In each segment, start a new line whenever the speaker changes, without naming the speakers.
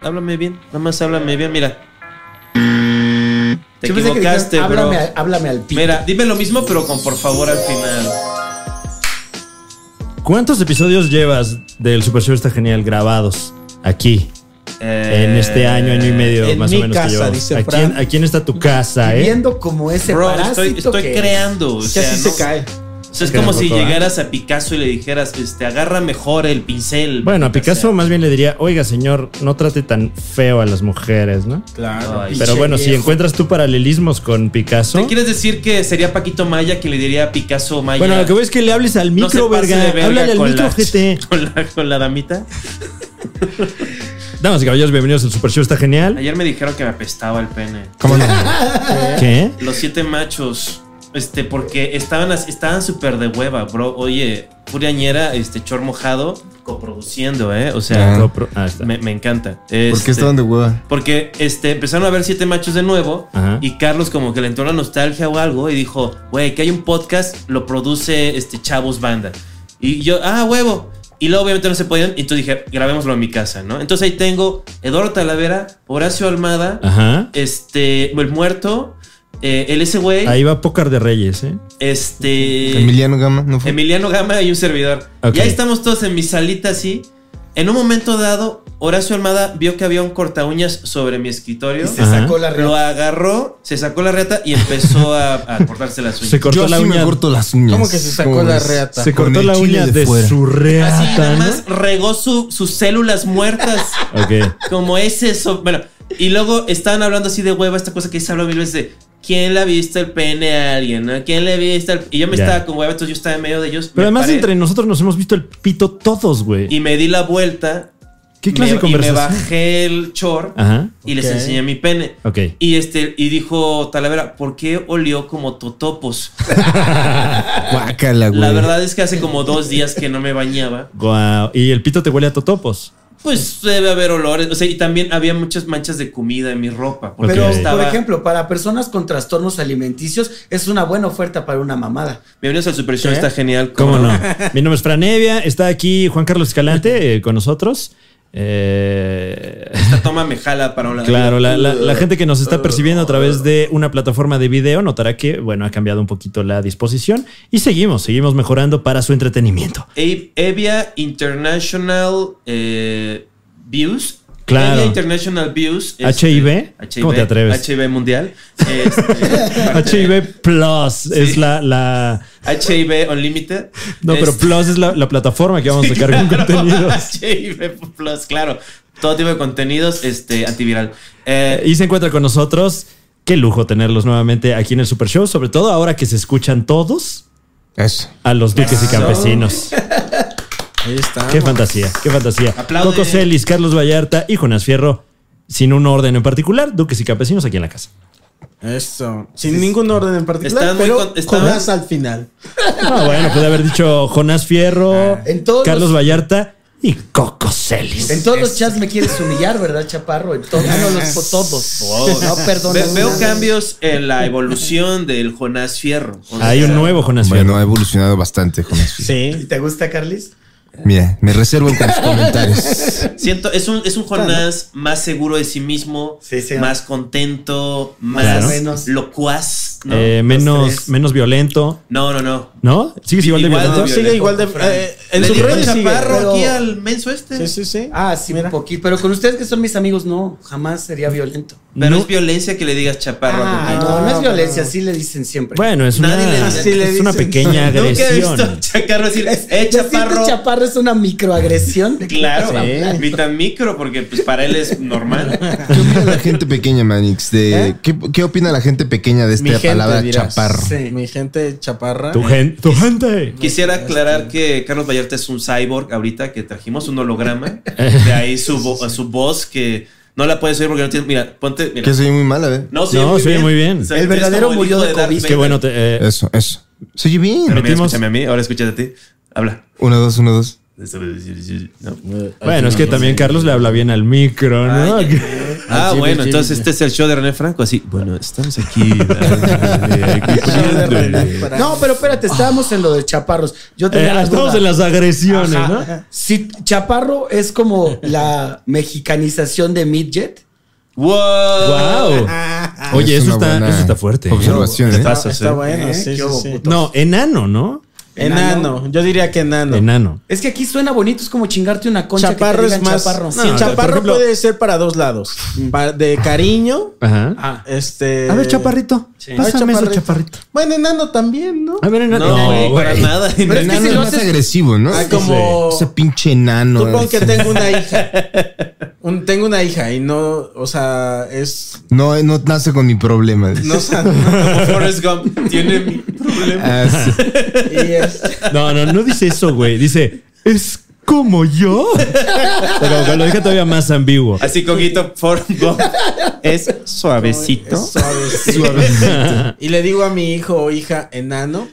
háblame bien, nada más háblame bien, mira. Te
Yo pensé que
equivocaste,
dijeron,
bro.
háblame, a- háblame al pito.
Mira, dime lo mismo, pero con por favor al final.
¿Cuántos episodios llevas del Super Show está genial grabados aquí?
Eh,
En este año, año y medio,
en
más
mi
o menos
casa,
que llevamos.
dice
¿A
Fran.
quién, a quién está tu casa,
Y
eh?
viendo como ese
Bro,
parásito
estoy, estoy
que-
creando. O
que
sea,
así
¿no?
se cae.
O sea, es
Qué
como si
loco, ¿eh?
llegaras a Picasso y le dijeras, este, agarra mejor el pincel.
Bueno, a
O sea,
Picasso más bien le diría, oiga señor, no trate tan feo a las mujeres, ¿no?
Claro.
Ay,
Pero
pinche
bueno, si
viejo.
encuentras tú paralelismos con Picasso.
¿Te quieres decir que sería Paquito Maya que le diría a Picasso Maya?
Bueno, lo que voy es que le hables al
"No se
micro,
pase
verga.
de verga
Háblale al
con
micro,
la-
GT.
Con la, con la damita.
Damas y caballeros, bienvenidos al Super Show, está genial.
Ayer me dijeron que me apestaba el pene.
¿Cómo no? ¿Qué?
Los siete machos. Este, porque estaban as- estaban súper de hueva, bro. Oye, Furiañera, este, Chor Mojado, coproduciendo, ¿eh? O sea,
Ah.
GoPro. Ah, está.
me, me encanta.
¿Por
Este,
qué estaban de hueva?
Porque este, empezaron a ver siete machos de nuevo
Ajá.
y Carlos como que le entró la nostalgia o algo y dijo, güey, que hay un podcast, lo produce este Chavos Banda. Y yo, ah, huevo. Y luego obviamente no se podían, y entonces dije, grabémoslo en mi casa, ¿no? Entonces ahí tengo Eduardo Talavera, Horacio Almada,
Ajá.
este, El Muerto, eh, el ese güey,
Ahí va Pócar de Reyes, ¿eh?
este...
Emiliano Gama, ¿no fue?
Emiliano Gama y un servidor.
Ok.
Y ahí estamos todos en mi salita así. En un momento dado, Horacio Almada vio que había un corta uñas sobre mi escritorio.
Y se
Ajá.
sacó la
Lo
real.
agarró, se sacó la reta y empezó a, a cortarse las
Se
uñas.
cortó
Yo
la
sí me
uña.
corto las uñas.
¿Cómo que se sacó
¿Cómo
la
ves?
reata?
Se cortó
Con el
la
chile
uña de,
fuera.
su
Así nada
reata,
más regó su- sus células muertas.
¿no? Ok.
como es eso. Bueno, y luego estaban hablando así de hueva, esta cosa que se habló mil veces de. ¿Quién le ha visto el pene a alguien? no? ¿Quién le ha visto el.? Y yo me
Ya.
estaba con hueva, entonces yo estaba en medio de ellos. me
Pero además
paré
entre nosotros nos hemos visto el pito todos, güey.
Y me di la vuelta.
¿Qué clase
me-
de
Y me
conversación? Ah,
bajé el chor
Ajá.
y les
Ok.
enseñé mi pene.
Ok.
Y este, y dijo Talavera, ¿por qué olió como totopos?
Ah,
Guácala, güey.
La verdad es que hace como dos días que no me bañaba.
Guau. Y el pito te huele a totopos.
Pues debe haber olores. O sea, y también había muchas manchas de comida en mi ropa. Porque
Pero,
yo
Ok.
estaba.
por ejemplo, para personas con trastornos alimenticios es una buena oferta para una mamada.
Bienvenidos al Super Show,
¿Qué?
está genial.
¿Cómo no? Mi nombre es Fran Evia, está aquí Juan Carlos Escalante eh, con nosotros. Eh,
Esta toma me jala para un lado.
claro, la, la- la gente que nos está percibiendo a través de una plataforma de video notará que, bueno, ha cambiado un poquito la disposición y seguimos, seguimos mejorando para su entretenimiento.
E- Evia International eh, Views.
Claro.
Evia International Views. este,
HIV. ¿Cómo te atreves?
HIV Mundial. Este, parte de-
HIV Plus es la, la...
HIV Unlimited.
No, pero
Este,
Plus es la, la plataforma que vamos a sacar con
claro,
contenidos.
HIV Plus, claro. Todo tipo de contenidos este, antiviral. Eh,
Y se encuentra con nosotros. Qué lujo tenerlos nuevamente aquí en el Super Show, sobre todo ahora que se escuchan todos
Eso.
a los duques y
Eso.
campesinos.
Ahí está.
Qué fantasía, qué fantasía.
Aplaude.
Coco Celis, Carlos Vallarta y Jonás Fierro, sin un orden en particular, duques y campesinos aquí en la casa.
Eso. Sin ningún orden en particular,
Están muy
pero
con- están-
Jonás al final.
Ah, bueno, pude haber dicho Jonás Fierro,
En todos
Carlos
los-
Vallarta y Coco Celis.
En todos los chats me quieres humillar, ¿verdad, Chaparro? En todos, ah, no, los fo- todos.
Wow.
No perdona
ve-
una
veo
vez.
cambios en la evolución del Jonás Fierro. O sea,
Hay un nuevo Jonás
Bueno,
Fierro.
ha evolucionado bastante, Jonás. Fierro.
¿Y
Sí.
te gusta, Carlis?
Mira, me reservo con tus comentarios.
Siento, es un, es un Jonás más seguro de sí mismo,
Sí, sí.
más contento,
Claro.
más
Menos.
locuaz. ¿no?
Eh,
los
menos,
tres.
menos violento,
no, no, no.
¿no? ¿Sigues igual de
Igual de
violento?
violento.
Sigue igual de.
Fran.
eh, en
Le
su
dio
red sigue.
chaparro
pero-
aquí al menso este.
Sí, sí, sí.
Ah, sí, un poquito. Pero con ustedes que son mis amigos, no, jamás sería violento.
Pero
No.
es violencia que le digas chaparro a
Ah,
tu tío.
no, no es
no.
violencia, así le dicen siempre.
Bueno, es una,
Nadie le-
es
así
le
una
dicen.
pequeña
Nunca he
agresión.
visto a Chacarro decir, eh,
Decirte
chaparro.
chaparro es una microagresión. ¿De qué
Claro,
estás hablando?
ni tan micro, porque pues para él es normal.
¿Qué opina la gente pequeña, Manix? De, ¿qué, qué opina la gente pequeña de esta
Mi gente,
palabra
dirás.
chaparro?
Sí.
Mi gente chaparra.
Tu, gen- tu gente.
Quisiera aclarar
este.
que Carlos Vallarta es un cyborg ahorita que trajimos un holograma. De ahí su, vo- su voz que no la puedes oír porque no tiene. Mira, ponte. Mira.
Que soy muy mala, ¿eh?
No,
No, se oye muy bien.
sea,
El
eres
verdadero
como
murió
hijo
de
Darth
COVID.
Vader.
Qué bueno. te- eh,
Eso, eso. Soy bien.
Pero mira,
Metimos-
escúchame a mí, ahora escúchate a ti. Habla.
Uno, dos, uno, dos.
¿no?
Bueno, es que también Carlos le habla bien al micro, ¿no?
Ah,
Así
bueno,
me
entonces este
tiene.
es el show de René Franco. Así, bueno, estamos aquí.
Eh,
aquí poniéndole.
No, pero espérate, estábamos en lo de chaparros. Yo
Eh,
tenía la
estamos
duda.
en las agresiones, ¿no?
Ajá. Si chaparro es como la mexicanización de midget.
¡Wow!
Wow.
Ah,
Oye,
Es
eso
una
está,
buena
eso está fuerte. ¿eh?
Observación,
Te
¿eh?
pasas,
Está
¿eh?
bueno,
¿Eh?
sí,
¿Qué
sí,
hubo,
sí.
puto?
No, enano, ¿no?
Enano, yo diría que enano.
Enano.
Es que aquí suena bonito, es como chingarte una concha
Chaparro
que te
es
digan
más.
chaparro.
sí,
No, por
chaparro
ejemplo-
puede ser para dos lados. Pa- De cariño,
Ajá.
Ah,
este.
eh, Sí.
Pásame eso, chaparrito. Bueno, enano también, ¿no?
A ver, enano.
No,
No,
güey, para
güey.
nada.
Pero es que
Enano
si
es
lo
más
haces-
agresivo, ¿no?
Ah, como-
Ese pinche enano.
Supongo que
Ese-
tengo una hija. Un- tengo una hija y no, o sea, es.
No, eh, no nace con mi problema.
No, o sea,
Como Forrest Gump tiene mi problema.
Ah, sí.
y es-
No, no, no dice eso, güey. Dice, es como yo. Pero como lo deja todavía más ambiguo.
Así coquito Forrest Gump es suavecito.
es suavecito. y le digo a mi hijo o hija enano.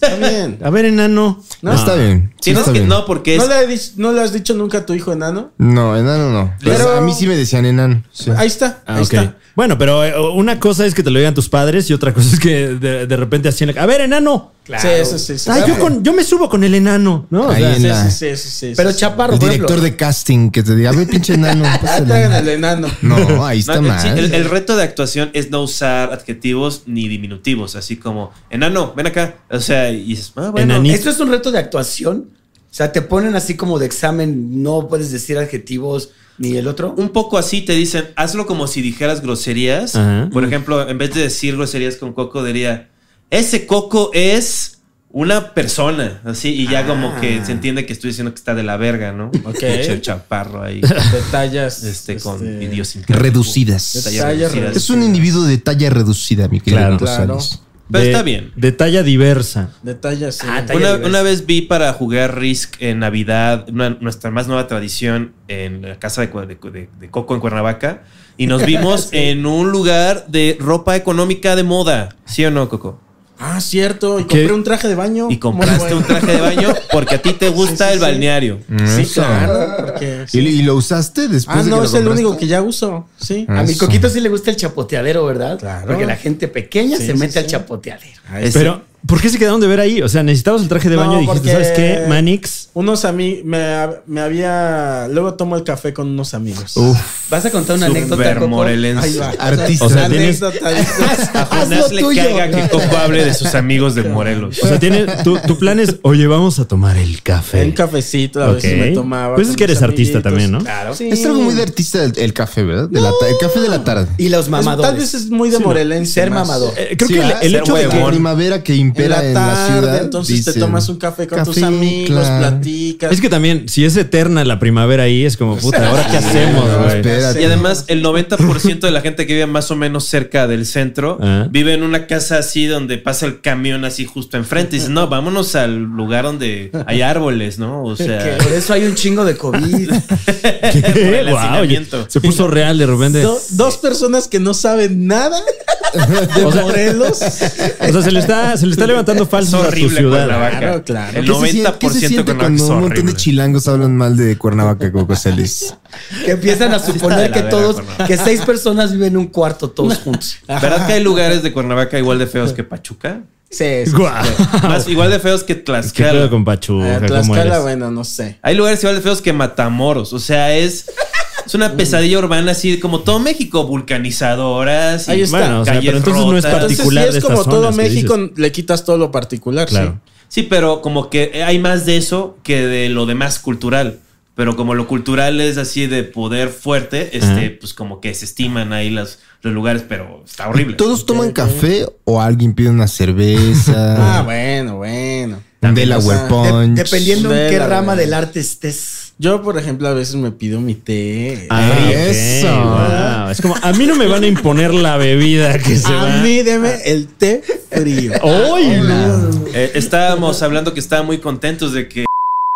También.
A ver, enano.
No, está bien. sí
Tienes
está
que
bien.
no porque es
¿No le, he dich- ¿No le has dicho nunca a tu hijo enano?
No, enano no. Pero
Pero-
a mí sí me decían enano. sí.
Ahí está,
Ah,
ahí
ok.
está.
Bueno, pero eh, una cosa es que te lo digan tus padres y otra cosa es que de, de repente así en la... A ver, enano.
Sí, eso sí, sí.
Ay, Ah, yo, con- yo me subo con el enano, ¿no? O
Ahí
sea,
en
Sí, sí,
la-
sí, sí, sí,
pero
sí.
chaparro,
El
por
director
ejemplo.
de casting que te diga, a ver, pinche enano.
Ah,
pásale".
te hagan el enano.
No, ahí está
No, sí,
mal.
el, el reto de actuación es no usar adjetivos ni diminutivos, así como enano, ven acá. O sea, y dices, ah, bueno.
Enanito.
Esto es un reto de actuación. O sea, te ponen así como de examen, no puedes decir adjetivos ni el otro.
Un poco así te dicen, hazlo como si dijeras groserías.
Ajá.
Por ejemplo, en vez de decir groserías con coco, diría, ese coco es una persona. Así, y ya como que se entiende que estoy diciendo que está de la verga, ¿no?
Ok.
Pinche chaparro ahí.
Detallas.
Este, con idiosincrasia.
Reducidas.
Detalles
Detalles
reducidas.
Es un individuo de talla reducida, mi querido
Claro.
Rosales.
Pero
de-
está bien.
De talla diversa.
Detallas. sí.
Ah,
Una,
Taller de
una vez vi para jugar Risk en Navidad, una- nuestra más nueva tradición en la casa de, Cue- de, de- de Coco en Cuernavaca, y nos vimos en un lugar de ropa económica de moda, ¿sí o no, Coco?
Ah, cierto. Y
¿Qué?
compré un traje de baño.
Y compraste un traje de baño porque a ti te gusta
Sí, sí,
el
sí.
balneario.
Sí,
Mm, Eso.
claro. Porque,
¿Y, y lo usaste después
ah,
de que
no,
lo
es el
compraste?
único que ya uso. Sí.
Ah,
A mi
eso.
coquito sí le gusta el chapoteadero, ¿verdad?
Claro.
Porque la gente pequeña
Sí,
se
sí,
mete al
sí.
chapoteadero.
Ese-
Pero, ¿por qué se quedaron de ver ahí? O sea, necesitabas el traje de
No,
baño y dijiste,
porque-
¿sabes qué? Manix.
Unos amigos. Me, me había. Luego tomo el café con unos amigos.
¿Vas a contar una anécdota,
Super
Coco?
Ahí
morelense.
va.
Artista.
O sea, tienes-
anécdota. dices,
A Jonás le caga que Coco hable de sus amigos de Morelos.
O sea, tiene, tu, tu plan es, oye, vamos a tomar el café.
Un cafecito a veces
Ok.
me tomaba.
Pues es
con
que
mis
eres artista también, ¿no?
Claro. Sí.
Es algo muy de artista el, el café, ¿verdad? De la ta- el café de la tarde.
Y los
Pues,
Es-
mamadores.
Tal vez es muy de
Sí, no.
morelense.
Ser
más.
mamador.
Eh, creo
Sí,
que el,
¿verdad?
el
Ser
hecho de
La
huevón.
que...
primavera que
En la
impera
tarde,
en la ciudad.
entonces te
dicen,
tomas un café con tus
café,
amigos,
claro.
platicas.
Es que también, si es eterna la primavera ahí, es como, puta, ¿ahora qué
Sí,
hacemos,
no,
güey?
espérate.
Y además, el 90% de la gente que vive más o menos cerca del centro
Ah.
vive en una casa así donde pasa el camión así justo enfrente. Y dices, no, vámonos al lugar donde hay árboles, ¿no? O sea,
Por eso hay un chingo de COVID.
¿Qué?
el
Guau,
hacinamiento.
oye, se puso real de repente.
Do- dos personas que no saben nada de
O sea-
Morelos.
O sea, se le está, se le está levantando
es
falso a tu
horrible
ciudad.
Cuernavaca.
Claro, claro.
El
¿Qué se siente-
90%
¿Qué se siente
Cuernavaca es
cuando un montón de
horrible.
chilangos hablan mal de Cuernavaca, Coco Celis?
que empiezan a suponer
Está de
que
la
todos,
verga, Fernando.
que seis personas viven en un cuarto todos juntos.
¿Verdad que hay lugares de Cuernavaca igual de feos que Pachuca?
Sí, sí, sí.
Guau.
Más, igual de feos que
¿Qué pedo
Tlaxcala.
con Pachuca?
Ah,
¿Cómo
Tlaxcala,
eres?
bueno, no sé.
Hay lugares igual de feos que Matamoros. O sea, es, es una pesadilla urbana así como todo México, vulcanizadoras. y
Ahí está.
Bueno, o sea,
calles
pero entonces no es
rotas.
Entonces, si
particular de
es como
estas
todo
zonas que
México, le quitas todo lo particular. sí.
Claro.
Sí, pero como que hay más de eso que de lo demás cultural. Pero como lo cultural es así de poder fuerte, este,
Ajá.
pues como que se estiman ahí las, los lugares, pero está horrible.
¿Todos toman café o alguien pide una cerveza?
Ah, bueno, bueno.
un Delaware
o sea,
De-
Punch.
dependiendo en
De
qué
la
rama
verga.
del arte estés.
Yo, por ejemplo, a veces me pido mi té.
Ah,
Ey,
ok,
eso.
guau. Es como, a mí no me van a imponer la bebida que se
a
va.
mí deme el té frío.
¡Ay!
Eh, estábamos hablando que estaban muy contentos de que.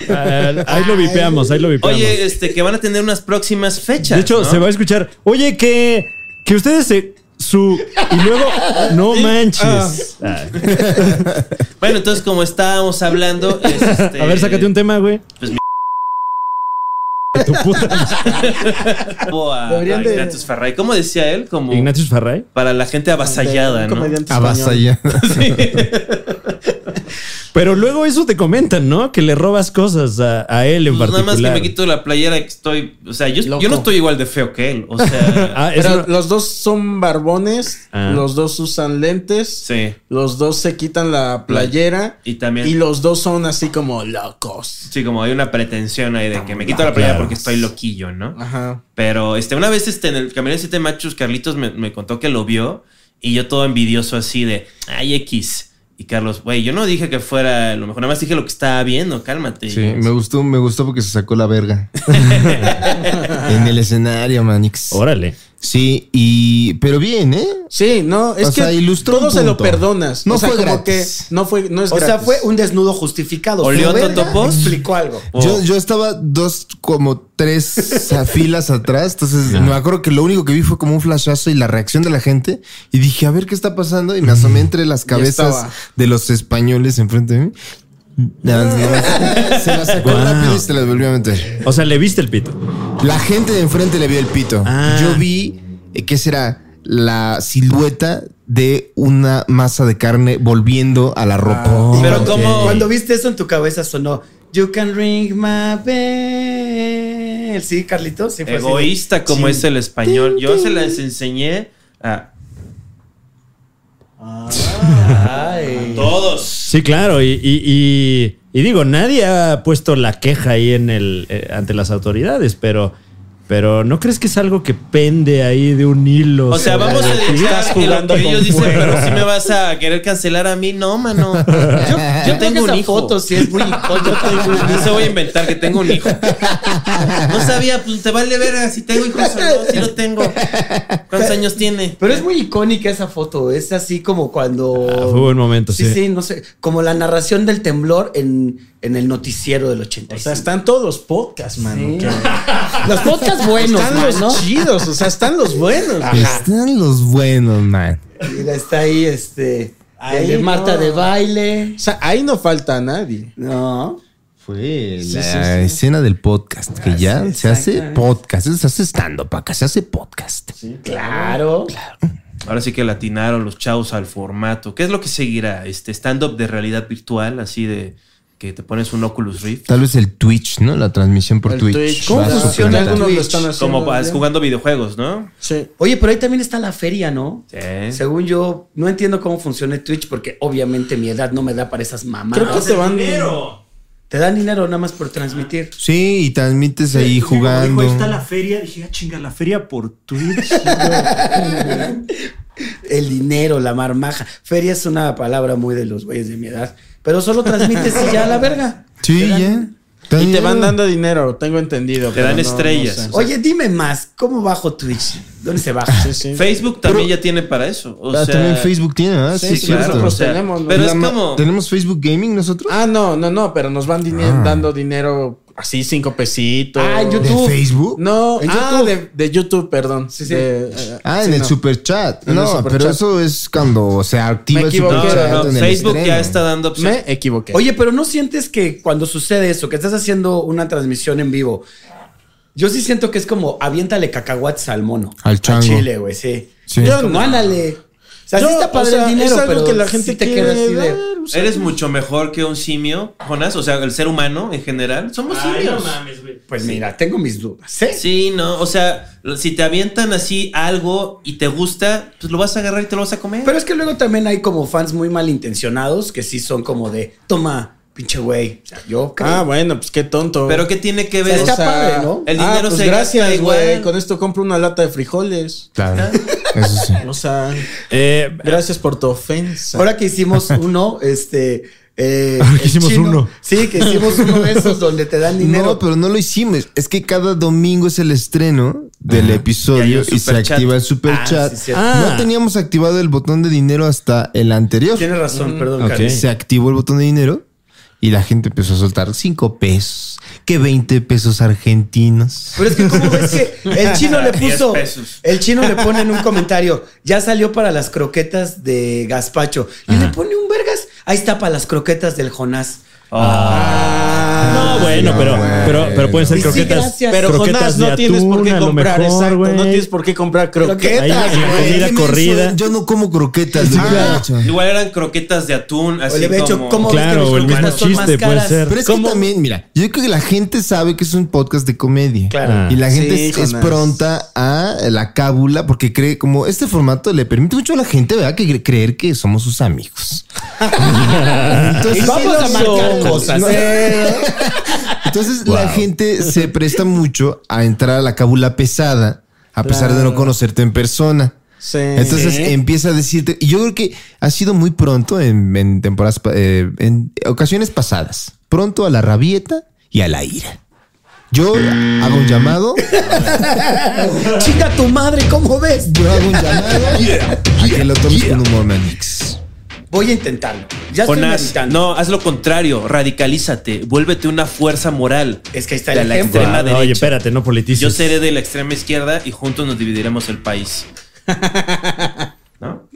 Ah, Ahí lo vipeamos, ahí lo vipeamos.
Oye, este, que van a tener unas próximas fechas.
de hecho,
¿no?
se va a escuchar. Oye, que, que ustedes se. Su. Y luego. No manches. Ah,
Bueno, entonces, como estábamos hablando. es, este, Pues
a ver, sácate un tema, güey. que tu puta. madre.
Boa,
Deberían
a
de-
Ignatius Farray. ¿Cómo decía él? Como
Ignatius Farray.
para la gente avasallada,
Un
¿no?
comediante
Ah,
español.
Avasallada.
Pero luego eso te comentan, ¿no? Que le robas cosas a, a él en
Pues nada
particular.
más que me quito la playera que estoy. O sea, yo, yo
Loco.
no estoy igual de feo que él. O sea,
Ah, es
Pero
una-
los dos son barbones,
Ah.
los dos usan lentes,
sí.
los dos se quitan la playera
Y también.
y los dos son así como locos.
Sí, como hay una pretensión ahí de que me quito la playera
Claro.
porque estoy loquillo, ¿no?
Ajá.
Pero este, una vez este, en el Camerino de Siete Machos, Carlitos me, me contó que lo vio y yo todo envidioso así de, ay, X. Y Carlos, güey, yo no dije que fuera lo mejor, nada más dije lo que estaba viendo, cálmate.
Sí, me gustó, me gustó porque se sacó la verga. en el escenario, Manix.
Órale.
Sí, y. Pero bien, ¿eh?
Sí, no, es
O
que
sea, ilustró un
todo se lo
punto.
perdonas.
No
o sea,
fue
como
gratis.
que no fue, no es
O sea,
gratis.
fue un desnudo justificado.
¿Olió
Su verga
totopos?
Explicó algo.
Oh.
Yo, yo estaba dos, como tres a- filas atrás. Entonces
Ya.
me acuerdo que lo único que vi fue como un flashazo y la reacción de la gente. Y dije, a ver qué está pasando. Y me asomé entre las cabezas
estaba.
de los españoles enfrente de mí. Nada más, nada más. se la sacó
Wow.
rápido y se la volvió a meter.
O sea, le viste el pito.
La gente de enfrente le vio el pito.
Ah.
Yo vi, eh, ¿qué será? La silueta de una masa de carne volviendo a la ropa.
Ah.
Pero
Ok.
como...
Cuando viste eso en tu cabeza sonó You can ring my bell. Sí, Carlitos. Sí, fue así de-
Egoísta como
Sí.
es el español. Yo se las enseñé a
Ay.
todos.
Sí, claro. Y, y- y- y digo, nadie ha puesto la queja ahí en el, eh, ante las autoridades, pero, pero ¿no crees que es algo que pende ahí de un hilo?
O sea,
sobre
vamos a
ti?
editar y lo
jugando
que ellos
con
dicen,
fuego.
pero si me vas a querer cancelar a mí, no, mano.
Yo,
tengo
yo tengo
un
esa
hijo.
foto, sí, es muy icónica.
No se voy a inventar que tengo un hijo. No sabía, pues te vale ver si tengo hijos o no, si no tengo. ¿Cuántos años tiene?
Pero es muy icónica esa foto. Es así como cuando.
Ah, fue buen momento,
Sí,
sí.
sí, no sé. Como la narración del temblor en, en el noticiero del
O
85.
sea, están todos los podcasts, mano.
Sí.
cabrón.
Los podcasts buenos,
están los
¿no?
chidos, o sea, están los buenos.
Están los buenos, man.
Mira, está ahí este.
Ahí,
el de Marta
no.
de baile.
O sea, ahí no falta nadie.
No.
Fue la escena del podcast, que ya
sí,
se hace
exactamente.
podcast, se hace stand-up acá, se hace podcast.
Claro.
Ahora sí que latinaron los chavos al formato. ¿Qué es lo que seguirá? Este stand-up de realidad virtual, así de que te pones un Oculus Rift.
Tal vez el Twitch, ¿no? La transmisión por
El
Twitch.
Twitch. ¿Cómo
Va a
funciona?
suplantar.
Algunos lo
Twitch?
están haciendo.
Como vas
bien.
jugando videojuegos, ¿no?
Sí.
Oye, pero ahí también está la feria, ¿no?
Sí.
Según yo, no entiendo cómo funciona Twitch porque obviamente mi edad no me da para esas mamadas.
Creo que te van.
Te dan dinero nada más por transmitir.
Sí, y transmites ahí
Sí, como
jugando.
Dijo, está la feria. Dije, ah, chinga, la feria por Twitch.
El dinero, la marmaja. Feria es una palabra muy de los güeyes de mi edad. Pero solo transmites y ya la verga.
Sí,
Te dan-
ya.
Y te van
También-
dando dinero, tengo entendido.
Te
pero
dan
no-
estrellas.
no sé.
Oye, dime más. ¿Cómo bajo Twitch? ¿Dónde se baja?
Sí, sí.
Facebook también ya tiene para eso. O
Ah,
sea,
también Facebook tiene, ¿verdad?
Sí,
Sí,
sí,
claro.
Claro, o sea,
tenemos, ¿no?
pero es
La ma-
como.
¿Tenemos Facebook Gaming nosotros?
Ah, no, no, no, pero nos van dine- dando dinero así, cinco pesitos.
Ah, en
¿De
YouTube.
Facebook?
No,
En
ah,
YouTube.
de, de YouTube, perdón.
Sí, sí.
De, eh,
Ah,
sí,
en el
no.
super chat.
En el
No,
super
pero
chat.
eso es cuando se activa
Me
el
equivoqué,
super
No,
Porque
no,
chat.
no,
en el
Facebook ya
estreno.
está dando opción.
Me equivoqué.
Oye, pero ¿no sientes que cuando sucede eso, que estás haciendo una transmisión en vivo, yo sí siento que es como aviéntale cacahuates al mono.
Al chango.
chile, güey, sí.
Sí.
Es como, ándale. O sea, sí
Yo,
está padre
o sea,
el dinero,
es algo
pero
que la gente
sí te
quiere
queda así de...
ver, o sea,
Eres mucho mejor que un simio, Jonas. O sea, el ser humano en general. Somos
Ay, no
simios.
mames, güey.
Pues mira, tengo mis dudas. ¿eh? Sí.
Sí, no, o sea, si te avientan así algo y te gusta, pues lo vas a agarrar y te lo vas a comer.
Pero es que luego también hay como fans muy malintencionados que sí son como de, toma, pinche güey. O sea, yo creo.
Ah, bueno, pues qué tonto.
Pero ¿qué tiene que ver?
Está padre, ¿no?
El dinero
pues
se gasta
gracias,
igual.
güey. Con esto compro una lata de frijoles.
Claro. Eso sí.
O sea,
Eh,
gracias por tu ofensa.
Ahora que hicimos uno, este... eh,
Ahora que
el
hicimos
chino-
uno. pues,
Sí, que hicimos uno de esos donde te dan dinero.
No, pero no lo hicimos. Es que cada domingo es el estreno del
Y hay
episodio
un
y, se
superchat.
activa el super
Ah,
chat.
sí, cierto.
Ah.
No teníamos activado el botón de dinero hasta el anterior.
Tienes razón, perdón,
Ok.
Carlos.
Se activó el botón de dinero y la gente empezó a soltar 5 pesos, que 20 pesos argentinos.
Pero es que cómo ves que el chino le
10
puso,
pesos.
el chino le pone en un comentario, ya salió para las croquetas de gazpacho y le pone un vergas, ahí está para las croquetas del Jonás.
Ah.
No,
no, bueno,
no,
pero,
güey.
pero, pero pueden ser
Sí,
croquetas.
gracias.
Pero
croquetas
Jonás,
de
no tienes por
atún,
qué
a lo
comprar,
mejor,
exacto. No
güey.
tienes por qué comprar croquetas.
Ahí en la
Ah, güey.
comida
Qué menso, eh.
corrida.
Yo no como croquetas. de borracho.
Igual eran croquetas de atún, así
Oye, de hecho,
como...
¿cómo
Claro,
ves que
o el
mis
mismo
croquetas son más
chiste puede
caras?
ser.
Pero es que también, mira, yo creo que la gente sabe que es un podcast de comedia.
Claro.
Ah.
Y la gente
Sí,
es, es
Jonás.
pronta a la cábula porque cree como este formato le permite mucho a la gente, ¿verdad? Que cre- creer que somos sus amigos. Entonces,
Y vamos a marcar
somos,
cosas.
¿no? Entonces la gente se presta mucho a entrar a la cábula pesada a pesar de no conocerte en persona.
Sí.
Entonces eh, empieza a decirte, y yo creo que ha sido muy pronto en, en temporadas, pa- eh, en ocasiones pasadas, pronto a la rabieta y a la ira. Yo hago un llamado,
Chica tu madre, ¿cómo ves?
yo hago un llamado a que lo tomes con humor, Manix.
Voy a intentarlo. Ya estoy
Jonás,
meditando.
no, haz lo contrario, radicalízate, vuélvete una fuerza moral.
Es que ahí está
de
el
la
ejemplo.
extrema
Ah, no,
derecha.
oye, espérate, no politices.
Yo seré de la extrema izquierda y juntos nos dividiremos el país. ¿No?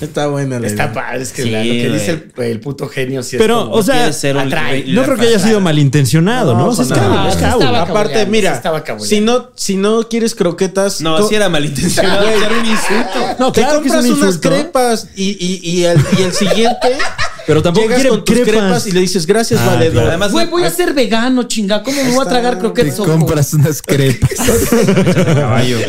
Está buena la
Está
idea.
padre, es que
Sí,
la- lo que
güey.
dice el, el puto genio. sí es
Pero,
como-
o sea,
Quieres ser un-
atrae.
y
no
la
creo que haya
pasada.
sido malintencionado, ¿no?
No,
O sea, es
no,
cábula,
no,
es
no
cábula.
estaba
Aparte,
cabuleando,
mira,
sí estaba cabuleando.
si no, si no quieres croquetas,
No,
co-
así era malintencionado, era un insulto.
No,
te
claro que es
compras
un
unas
insulto.
crepas y, y, y, el, y el siguiente.
Pero tampoco
llegas
quieren
con tus crepas.
crepas
y le dices gracias,
Ah,
valedor.
claro.
Además,
Güey, voy a ser vegano, chinga. ¿Cómo me voy a tragar
Te
croquetas? ojo?
compras unas crepas.
oye,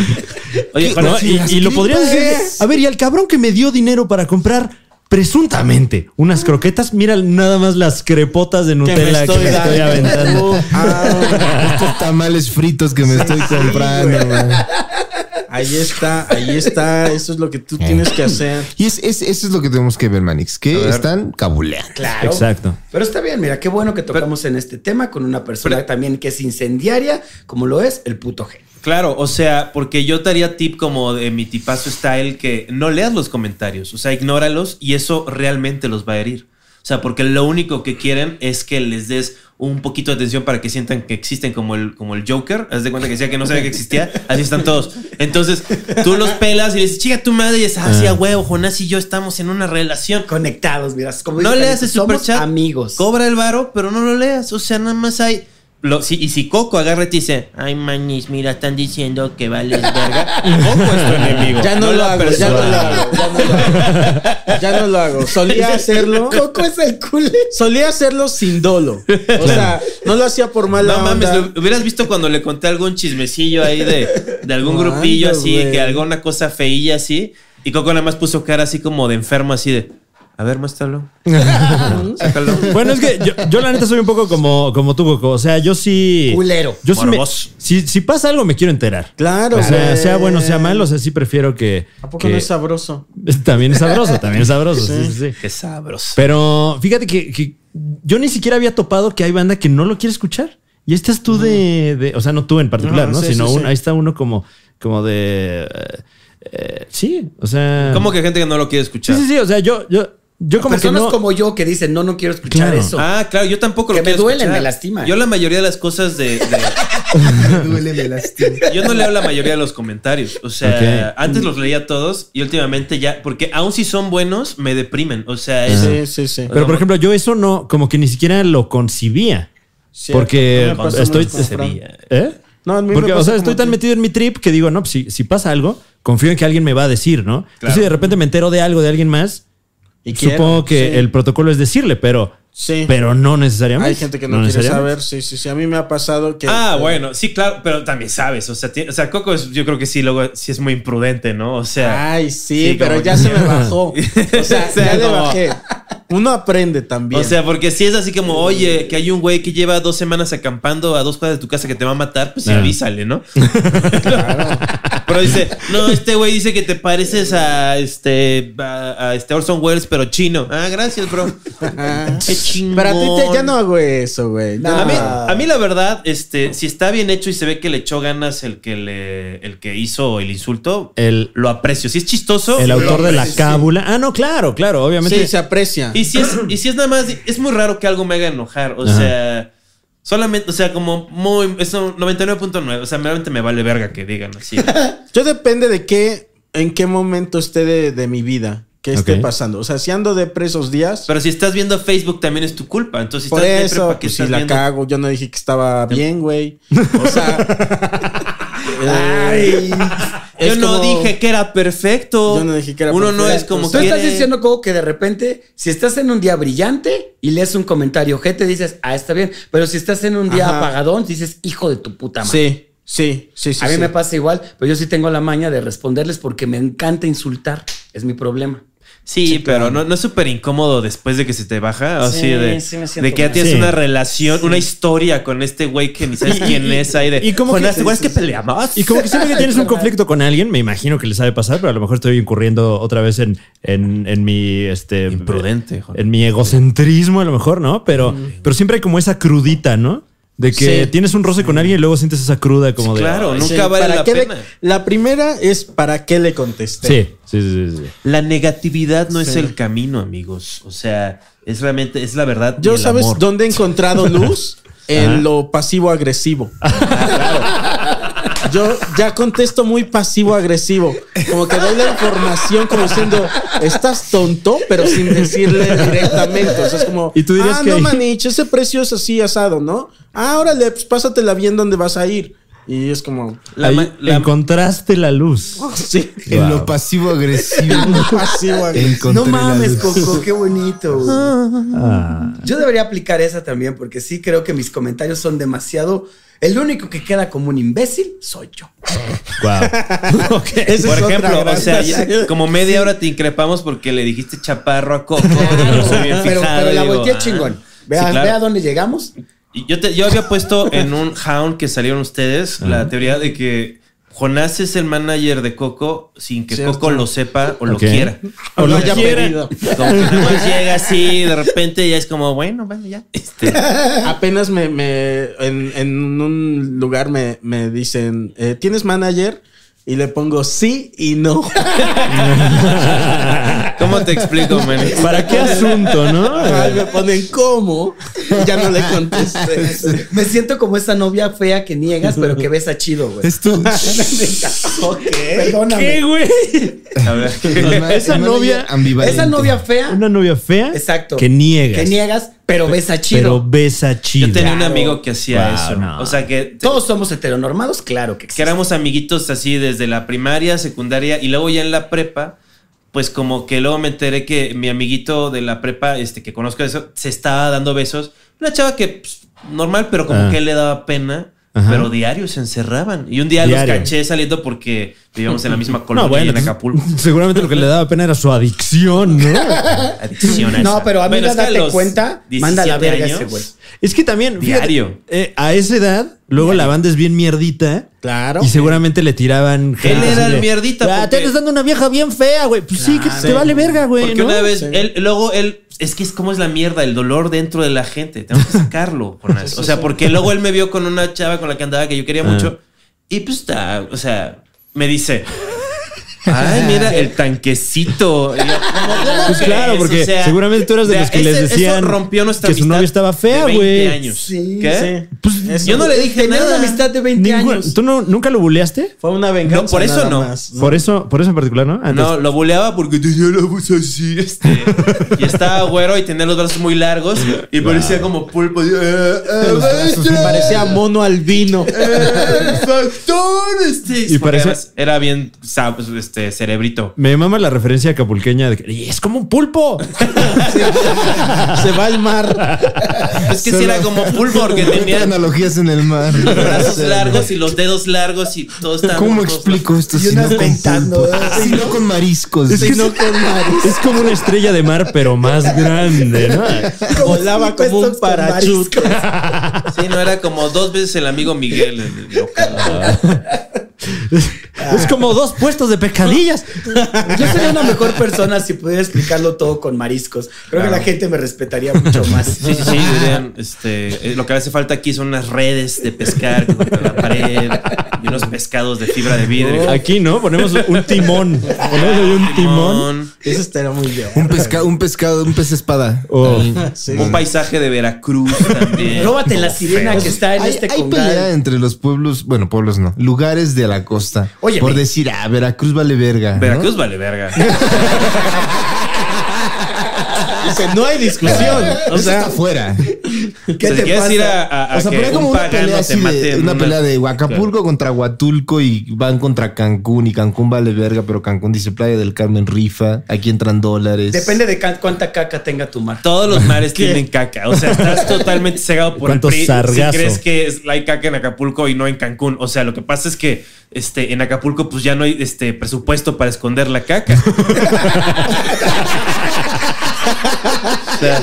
No,
Jonás,
y, y lo podrías decir. A ver, y al cabrón que me dio dinero para comprar presuntamente unas croquetas, mira nada más las crepotas de
Que me
Nutella que
estoy
me estoy
dando.
aventando.
Uh, ah,
Estos tamales fritos que me estoy comprando, man.
ahí está, ahí está. Eso es lo que
Eh.
tú tienes que hacer.
Y es, es- eso es lo que tenemos que ver, Manix, que están cabuleando.
Claro.
Exacto.
Pero está bien, mira, qué bueno que tocamos en este tema con una persona también que es incendiaria, como lo es el puto genio.
Claro, o sea, porque yo te haría tip como de mi tipazo style que no leas los comentarios, o sea, ignóralos y eso realmente los va a herir. O sea, porque lo único que quieren es que les des un poquito de atención para que sientan que existen como el, como el Joker. Haz de cuenta que decía que no sabía que existía. Así están todos. Entonces, tú los pelas y le dices, chica, tu madre, y es así
Ah.
a huevo, Jonás y yo estamos en una relación.
Conectados, mira, como
No
dice
leas el
Carlitos, somos
superchat.
amigos.
Cobra el varo, pero no lo leas. O sea, nada más hay. lo- si- y si Coco agarra y te dice, ay, manis, mira, están diciendo que vales verga. Coco es tu enemigo.
Ya no, lo
la
hago, ya no lo hago, ya no lo hago. Ya no lo hago. Solía hacerlo.
Coco es el culo.
Solía hacerlo sin dolo. O sea, no lo hacía por mala
No mames,
onda.
lo- hubieras visto cuando le conté algún chismecillo ahí de, de algún
Ando,
grupillo así,
güey.
que alguna cosa feilla así. Y Coco nada más puso cara así como de enfermo, así de, a ver, muéstralo. Sácalo.
Bueno, es que yo, yo la neta soy un poco como, como tú, Coco. O sea, yo sí.
Culero.
Yo sí me-
Morboso.
si, si pasa algo, me quiero enterar.
Claro,
O sea,
güey.
sea bueno, sea malo, o sea, sí prefiero que.
¿A poco
que-
no es sabroso?
También es sabroso, también es sabroso. sí, sí, sí.
Qué sabroso.
Pero fíjate que, que yo ni siquiera había topado que hay banda que no lo quiere escuchar. Y estás tú de, de- O sea, no tú en particular,
Ajá,
¿no?
sí,
Sino
sí,
un-
sí.
ahí está uno como, como de. eh, eh, sí, o sea.
¿Cómo que gente que no lo quiere
Sí,
escuchar?
sí, sí. O sea, yo, yo, yo como que
Personas
no.
como yo que dicen, no, no quiero escuchar
Claro.
eso.
Ah, claro, yo tampoco
Que
lo
me
quiero
duelen,
escuchar.
me lastiman.
Yo la mayoría de las cosas de, de-
Duele, me lastima. Mm.
yo no leo la mayoría de los comentarios. O sea,
Ok.
antes los leía todos y últimamente ya, porque aun si son buenos, me deprimen. O sea, es-
Sí, sí, sí.
Pero por ejemplo, yo eso no, como que ni siquiera lo concibía.
Cierto.
porque
No me pasa
estoy.
mucho con Fran.
¿Eh?
No, a mí me
Porque, o
pasa
sea, estoy
como
tan
a ti.
metido en mi trip que digo, no, pues, si, si pasa algo, confío en que alguien me va a decir, ¿no? Entonces, si de repente me entero de algo de alguien más,
Y quiero,
supongo que
sí.
el protocolo es decirle, pero,
Sí.
pero no necesariamente.
Hay gente que no, quiere
necesariamente.
saber. Sí, sí, sí. A mí me ha pasado que.
Ah, bueno, sí, claro, pero también sabes, o sea, ti- o sea Coco es- yo creo que sí, luego sí es muy imprudente, ¿no? O
Ah,
sea,
Ay, sí,
Sí,
pero
como
ya
que-
se me bajó. O sea,
O sea,
ya le
como-
bajé. Uno aprende también.
o sea, porque si es así como, oye, que hay un güey que lleva dos semanas acampando a dos cuadras de tu casa que te va a matar, pues sí,
Ah.
avísale, ¿no? Pero dice, no, este güey dice que te pareces a este, a, a este Orson Welles, pero chino. Ah, gracias, bro.
Ah.
Qué chingón.
Pero a ti te- ya no hago eso, güey. Ya
A mí,
no.
a mí la verdad, este, si está bien hecho y se ve que le echó ganas el que le, el que hizo el
Eh.
insulto,
El-
lo aprecio. Si es chistoso,
El
lo
autor de la
aprecio.
cábula. Ah, no, claro, claro, obviamente.
Sí, se aprecia.
Y si es, y si es nada más, es muy raro que algo me haga enojar. O
Ajá.
sea, solamente, o sea, como muy, es un 99.9. O sea, realmente me vale verga que digan así.
Yo depende de qué, en qué momento esté de, de mi vida. que esté
Ok.
pasando. O sea, si ando de presos días,
Pero si estás viendo Facebook también es tu culpa. Entonces, si
por
estás de
eso,
prepa, ¿qué
pues si
estás
la
viendo? Em.
cago, yo no dije que estaba bien, güey. O sea. eh,
Yo
es
no
como-
dije que era perfecto.
Yo no dije que era
Uno no
perfecto.
es como
Tú
quiere.
estás diciendo como que de repente, si estás en un día brillante y lees un comentario te dices, ah, está bien. Pero si estás en un día
Ajá.
apagadón, dices, hijo de tu puta madre.
Sí, sí, sí, sí.
a mí
sí.
me pasa igual, pero yo sí tengo la maña de responderles porque me encanta insultar. Es mi problema.
Sí, pero no, no es súper incómodo después de que se te baja. Así
Sí,
de,
sí me siento
de que ya
mal.
tienes
Sí.
una relación, una historia con este güey que ni sabes quién es ahí de.
y como que-
Jonás, ¿te acuerdas
sí,
que peleamos?
Y como que siempre que tienes un conflicto con alguien, me imagino que le sabe pasar, pero a lo mejor estoy incurriendo otra vez en, en, en mi este
Imprudente, Juan.
en mi egocentrismo, a lo mejor, ¿no? Pero, pero siempre hay como esa crudita, ¿no? De que
Sí.
tienes un roce con alguien y luego sientes esa cruda como de.
claro,
"Ay".
nunca
Sí,
vale
¿para
la
qué le-
pena.
la primera es para qué le contesté.
Sí, sí, sí, sí, sí.
La negatividad no es
Sí.
el camino, amigos. O sea, es realmente, es la verdad. y
Yo
el
sabes
amor.
dónde he encontrado luz en
Ajá. Ah,
lo pasivo agresivo. Yo ya contesto muy pasivo agresivo, como que doy la información como diciendo, "Estás tonto", pero sin decirle directamente, o sea, es como,
Y tú dirías
"Ah,
que
no
hay-
manich, ese precio es así asado, ¿no? Ah, órale, pues pásatela bien donde vas a ir." Y es como,
La
Ahí
ma- la- Oh,
encontraste la luz.
sí,
En
Wow.
lo pasivo agresivo.
pasivo agresivo.
no mames, Coco, qué bonito. güey.
Ah.
Yo debería aplicar esa también porque sí creo que mis comentarios son demasiado. El único que queda como un imbécil soy yo.
Wow. Ok.
Esa
Por
es otra
ejemplo, o
gran
sea, ya
pasivo.
como media hora te increpamos porque le dijiste chaparro a Coco. y yo soy bien
pero,
fijado,
pero la
digo,
volteé
ah.
chingón.
Sí,
Vea,
claro.
vea dónde llegamos.
Y Yo, te- yo había puesto en un hound que salieron ustedes la teoría de que Jonás es el manager de Coco sin que
Cierto.
Coco lo sepa o lo
Ok.
quiera.
O lo
Lo haya
quiera.
pedido.
Como que nada más llega así y de repente ya es como, bueno, bueno, ya. Este,
Apenas me, me- en, en un lugar me, me dicen, eh, ¿tienes manager? Y le pongo sí y no.
¿Cómo te explico, man?
¿Para qué asunto, no? Eh,
Ay, me ponen cómo. Y ya no le contesté.
Me siento como esa novia fea que niegas, pero que besa chido, güey.
Esto.
Perdóname.
¿Qué, güey?
A ver.
Esa novia-
ambivalente.
Esa novia fea.
Una novia fea.
Exacto.
Que niegas.
Que niegas, pero besa chido.
Pero besa chido.
Yo tenía un
Claro.
amigo que hacía
Wow,
eso.
no.
O sea, que,
Todos somos heteronormados, claro que
que
existe.
éramos amiguitos así desde la primaria, secundaria y luego ya en la prepa. Pues como que luego me enteré que mi amiguito de la prepa, este que conozco eso, se estaba dando besos. Una chava que pues, normal, pero como
Ah.
que le daba pena.
Ajá.
Pero diario se encerraban. Y un día
Diario.
los caché saliendo porque vivíamos en la misma colonia y en
pues,
Acapulco.
Seguramente lo que le daba pena era su adicción, ¿no?
Adicción a
No,
esa.
pero a mí
Bueno, es que
date
los
cuenta, manda a
17
la verga ese
años,
güey.
es que también. fíjate,
Diario.
eh, a esa edad, luego la banda es bien mierdita.
Claro.
Y seguramente le tiraban. gente
era
así
el
de,
mierdita,
"Ah,
porque-
Te andas dando una vieja bien fea, güey. Pues sí, que te
Claro.
vale verga, güey.
Porque
¿no?
una vez,
Sí.
él, luego él, es que es como es la mierda, el dolor dentro de la gente. Tenemos que sacarlo, Jonás. O sea, porque luego él me vio con una chava con la que andaba que yo
Ah.
quería mucho. Y pues está, o sea, me dice. Ay, mira el tanquecito. Y yo, ¿cómo
Pues
crees?
claro, porque
O sea,
seguramente tú eras de
vea,
los que
ese-
les decían
eso rompió nuestra
que su
amistad
novia estaba
de
fea,
20
güey.
años.
Sí,
¿Qué?
Sí.
Pues,
Eso.
Yo no le dije
Tener
nada.
una amistad de 20
Ningún-
años.
¿Tú no, nunca lo buleaste?
Fue una venganza.
No, por eso
nada
no.
más.
Por eso, por eso en particular, ¿no?
No,
Ah, entonces-
lo buleaba porque tenía la voz así, este. y estaba güero y tenía los brazos muy largos y parecía como pulpo. así, "Eh, eh, maestro".
Parecía mono albino.
factor, este.
Y
Y
parece-
era bien sab- este, cerebrito.
Me mama la referencia acapulqueña de que "Y es como un pulpo.
Se va al mar.
Es que si era como pulpo porque
Tenía
tenía los
analogías en el mar.
brazos largos y los dedos largos y todo estaba.
¿Cómo explico esto?
Y
Si no
unas
con
ventando,
pulpo? Ah,
¿eh?
Si no con mariscos.
Es que es- Es como una estrella de mar, pero más grande, ¿no?
Volaba como un parachute.
Sí, no, era como dos veces el amigo Miguel. el local.
Es como dos puestos de pescadillas.
Yo sería una mejor persona si pudiera explicarlo todo con mariscos. Creo que la gente me respetaría mucho más.
Sí, sí, sí, dirían, este, eh, lo que hace falta aquí son unas redes de pescar contra la pared y unos pescados de fibra de vidrio.
Aquí, ¿no? Ponemos un timón. Ponemos ahí un timón.
Eso estaría muy bien.
Un pescado, un pescado, un pez espada.
Oh.
Sí.
Un paisaje de Veracruz también.
Róbate la sirena que está en
Hay,
este
hay pelea
congal.
entre los pueblos, bueno, pueblos no, lugares de la costa.
Óyeme.
por decir, ah, Veracruz vale verga. ¿no?
Veracruz vale verga.
Dice, no hay discusión.
Eso
O sea,
está fuera.
¿Qué
O sea, si
te
quieres
pasa?
ir a, a- a
O sea,
que
pero como
un
una
pagano
pelea así
te mate
de,
en
una pelea de Acapulco
Claro.
contra Huatulco y van contra Cancún y Cancún vale verga, pero Cancún dice Playa del Carmen rifa, aquí entran dólares.
Depende de ca- cuánta caca tenga tu mar.
Todos los mares tienen caca. O sea, estás totalmente cegado por el
¿Cuánto
PRI
sargazo?
Si crees que es- hay caca en Acapulco y no en Cancún. O sea, lo que pasa es que este, en Acapulco, pues ya no hay este presupuesto para esconder la caca. O sea,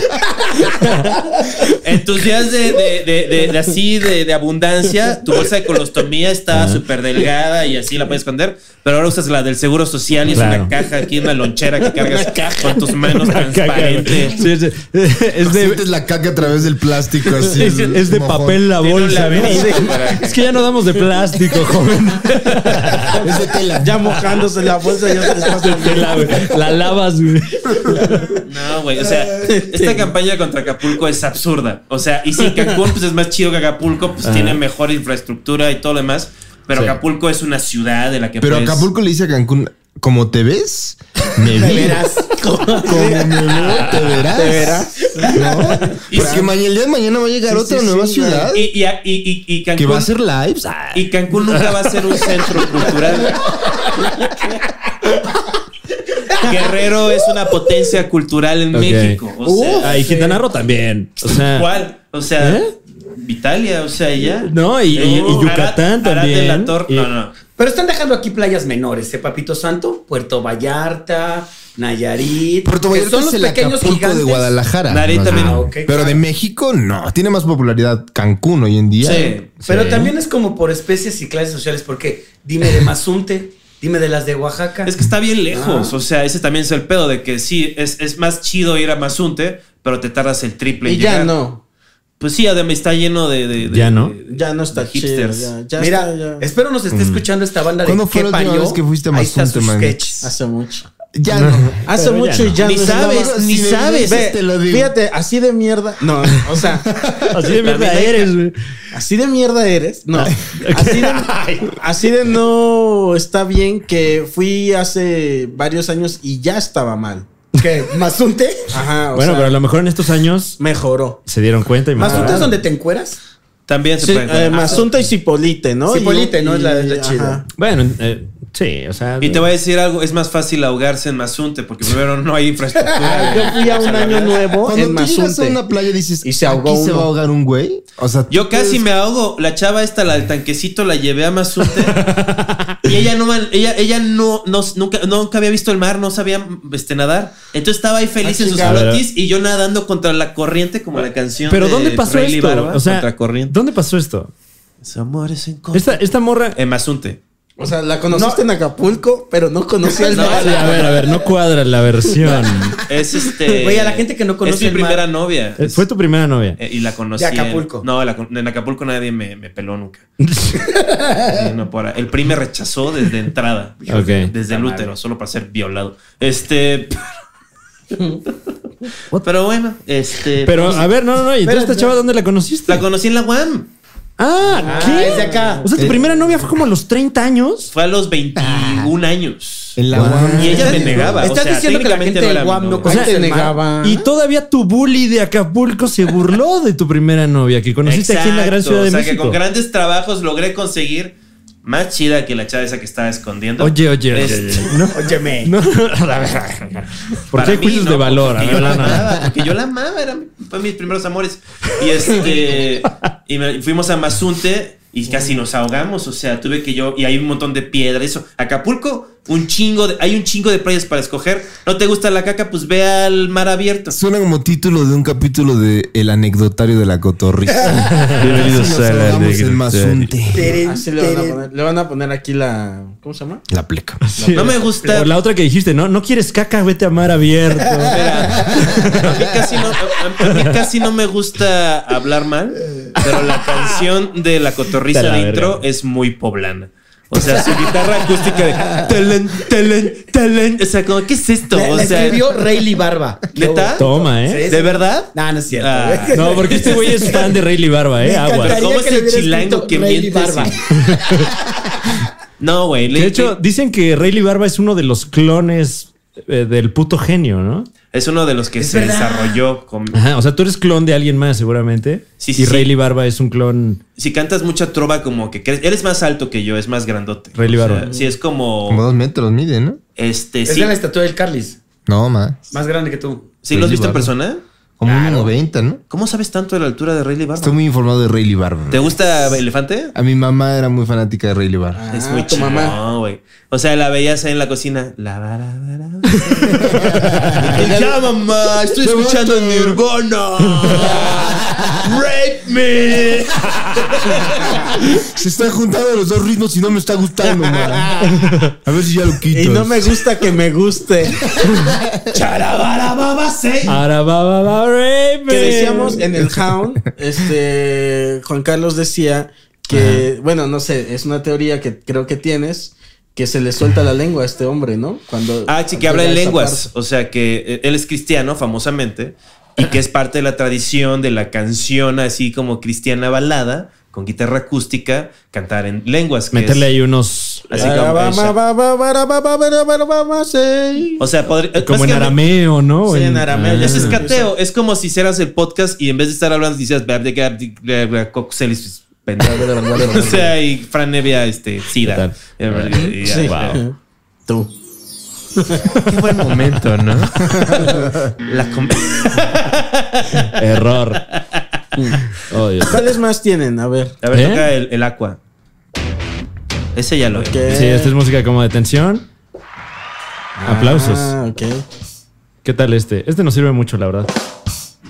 En tus días de, de- de- de- de así, de, de abundancia, tu bolsa de colostomía está
Ah.
súper delgada y así la puedes esconder, pero ahora usas la del seguro social y es
Claro.
una caja aquí, una lonchera que cargas con tus manos
Una caca, güey.
transparente.
Sí, es de- es de,
Sientes la caca a través del plástico así.
es,
el
es de
mojón.
papel la
Tiene un
bolsa.
laberinto
¿ves?
para que-
Es que ya no damos de plástico, joven.
Es de tela.
ya mojándose la bolsa, ya se les pasa.
Te la, la lavas, güey.
No, güey, o sea, esta campaña contra Acapulco es absurda. O sea, y si Cancún pues, es más chido que Acapulco, pues tiene mejor infraestructura y todo lo demás. Pero
Sí.
Acapulco es una ciudad de la que
Pero
puedes-
Acapulco le dice a Cancún, como te ves, me vi. Como me veo, te verás.
Te verás.
¿No? Porque ma- el día de mañana va a llegar otra
sí,
nueva
sí,
ciudad
Y, y, y- y- y Cancún,
que va a ser lives. Ah,
y Cancún nunca va a ser un centro cultural. Guerrero es una potencia cultural en
Ok.
México. O
Uh,
sea,
ah, y Quintana Roo también. O sea,
¿cuál? O sea,
¿Eh?
Italia, o sea, ya.
No, y- y- y Yucatán
Arad de la
también.
Tor-
Y-
No, no.
Pero están dejando aquí playas menores, ¿eh, Papito Santo? Puerto Vallarta, Nayarit.
Puerto
que
Vallarta es el Acapulco de Guadalajara.
Nayarit
más
también.
bien.
Ah, ok,
Pero
claro.
de México, no. Tiene más popularidad Cancún hoy en día.
Sí.
Pero
Sí.
también es como por especies y clases sociales, porque dime de Mazunte, dime de las de Oaxaca.
Es que está bien lejos.
Ah.
O sea, ese también es el pedo de que sí, es, es más chido ir a Mazunte, pero te tardas el triple.
Y
en
ya
llegar.
no.
Pues sí, además está lleno de. de- de-
Ya no.
de-
Ya no está
de
chido.
hipsters.
Ya, ya
Mira,
está, ya.
espero nos esté escuchando esta banda de
Mm. ¿Cuándo fue
¿Qué
la última
parió?
vez que fuiste a
Ahí están
Mazunte,
sus
man?
sketches.
Hace mucho.
Ya no.
Hace
Pero ya
mucho y
no.
ya
Ni
no se
sabes,
daba-
ni
Si me
sabes.
dices,
Ve, te lo digo.
Fíjate, así de mierda. No, o sea,
Así de mierda
También hay
eres, güey.
así de mierda eres. No, así de, así de no está bien que fui hace varios años y ya estaba mal.
¿Qué? ¿Mazunte?
Ajá, o
Bueno,
sea,
pero a lo mejor en estos años
mejoró.
se dieron cuenta y
¿Mazunte
Ah.
es
mejoraron.
donde te encueras?
También se
Sí,
pueden-
eh, Mazunta y Cipolite, ¿no?
Cipolite,
Y-
¿no? Es la- es la
y-
chida.
ajá.
Bueno, eh, sí, o sea.
Ah, Y
eh.
te voy a decir algo, es más fácil ahogarse en Mazunte porque primero no hay infraestructura.
Ah, Yo fui a un año nuevo
Cuando
en
tú llegas a
Mazunte.
una playa dices,
Y se ahogó
¿aquí se
uno.
va a ahogar un güey? O sea,
Yo casi me ahogo. La chava esta, la del tanquecito, la llevé a Mazunte. y ella no ella, ella no, no- nunca, nunca había visto el mar, no sabía este, nadar. Entonces estaba ahí feliz
Ah,
en sus
chingada.
flotis y yo nadando contra la corriente, como la canción.
Pero
de
¿dónde pasó
Rayleigh
esto?
Barba,
o sea,
contra corriente.
¿dónde pasó esto?
Mis amores en contra. Eh,
Esta, esta morra.
En Mazunte.
O sea, la conociste en Acapulco, pero no conocía el
No,
mar.
Sí, a ver, a ver, no cuadra la versión.
Es este.
Güey, a la gente que no conoce
Es mi
el mar.
primera novia.
Eh, Fue tu primera novia.
Eh, Y la conocí.
De Acapulco.
En, no, la con- en Acapulco nadie me, me peló nunca. Sí, no, por ahí. el PRI me rechazó desde entrada.
Ok.
Desde el útero, solo para ser violado. Este. Pero bueno, este.
Pero, a ver, no, no, no. ¿Y entonces esta chava dónde la conociste?
La conocí en la UAM.
Ah, ¿qué?
es de acá.
O sea, tu primera novia fue como a los 30 años.
Fue a los 21 años.
en la
Wow.
UAM.
Ah. Y ella me negaba.
Ah. ¿Estás
o sea,
diciendo que la
técnicamente
gente del
era mi
UAM no
novia.
conoce
Ahí te
el mar?
negaba.
Y todavía tu bully de Acapulco se burló de tu primera novia que conociste aquí en la gran
Exacto,
ciudad de
O sea, que
México.
con grandes trabajos logré conseguir más chida que la chava esa que estaba escondiendo.
Oye, oye, oye,
Este,
oye. No,
Óyeme.
no, a ver. ¿Por qué
para
hay
mí,
juicios
¿no?
de valor? A
Porque
ver,
yo la
no, no.
amaba, porque yo la amaba, era, fue mis primeros amores. Y este y me- fuimos a Mazunte y casi nos ahogamos, o sea, tuve que yo y hay un montón de piedra, eso. Acapulco, un chingo de, hay un chingo de playas para escoger. ¿No te gusta la caca? Pues ve al mar abierto.
Suena como título de un capítulo de El anecdotario de la cotorrisa.
Bienvenidos
Nos
a la
ahogamos en
alegre-
Mazunte.
Teren,
Así le van a
teren.
poner. Le van a poner aquí la. ¿Cómo se llama?
La pleca.
Sí.
No me gusta.
O la otra que dijiste, ¿no? No quieres caca, vete a mar abierto.
Espera, a mí, casi no, a- a mí casi no me gusta hablar mal, pero la canción de la cotorriza
Te la
de intro
verga.
es muy poblana. O sea, su guitarra acústica de telen, telen, telen. O sea, como, ¿qué es esto?
La,
O
la
sea,
escribió Rayleigh Barba.
¿Neta?
Toma, ¿eh?
¿De verdad?
No, no es cierto.
Ah.
güey.
No, porque este güey es fan de Rayleigh Barba, ¿eh?
Me
Agua.
encantaría
¿Cómo es
que le
el
hubiera
chilango
escrito
que
Rayleigh
miente
Barba.
No, güey. le-
De hecho, dicen que Rayleigh Barba es uno de los clones eh, del puto genio, ¿no?
Es uno de los que
Es
se
verdad.
desarrolló. Con,
Ajá, o sea, tú eres clon de alguien más, seguramente.
Sí, sí,
Y
sí.
Rayleigh Barba es un clon.
si cantas mucha trova, como que crees. Él es más alto que yo, es más grandote. O
Ray
sea,
Libarro.
Sí, es como.
Como dos metros mide, ¿no?
Este,
Es
sí.
de la estatua del Carlis.
No, más.
Más grande que tú.
¿Sí lo has
Ray
visto en
Libarro.
persona?
Como un 90, ¿no?
¿Cómo sabes tanto de la altura de Rayleigh Barba?
Estoy muy informado de Rayleigh Barba.
¿Te gusta Elefante?
A mi mamá era muy fanática de Rayleigh Barba.
es
Ah,
muy
tu
chingón,
mamá.
güey. O sea, la veías ahí en la cocina. La, la, la, la, la.
Ya, mamá, estoy escuchando Nirvana. Rape me. Se están juntando los dos ritmos y no me está gustando, mamá. A ver si ya lo quito.
Y no me gusta que me guste.
Arababa, Rayleigh.
que decíamos en el Hound, este Juan Carlos decía que, bueno, no sé, es una teoría que creo que tienes, que se le suelta la lengua a este hombre, ¿no? Cuando
Ah, sí, que habla en lenguas. O sea, que eh, él es cristiano, famosamente, y que es parte de la tradición de la canción así como cristiana balada, con guitarra acústica, cantar en lenguas. que
Meterle
es-
ahí unos.
Así como. exacto. O sea, podría- eh,
Como en
básicamente-
arameo, ¿no?
Sí, en arameo, ya
Ese es
Ah.
cateo. Es como si hicieras el podcast y en vez de estar hablando, dices. "Bla, bla, bla, bla, bla, coxelis", pues, pendejo. O sea, y Fran Nevia, este, Sida. Y ya,
Sí.
wow.
Tú.
Qué buen momento, ¿no?
La com-
Error. Oh, Dios.
¿Cuáles más tienen? A ver.
A ver,
¿Eh?
toca el, el aqua. Ese ya lo
¿qué?
Sí, esta es música como de tensión. Aplausos.
Ah, ok.
¿Qué tal este? Este nos sirve mucho, la verdad.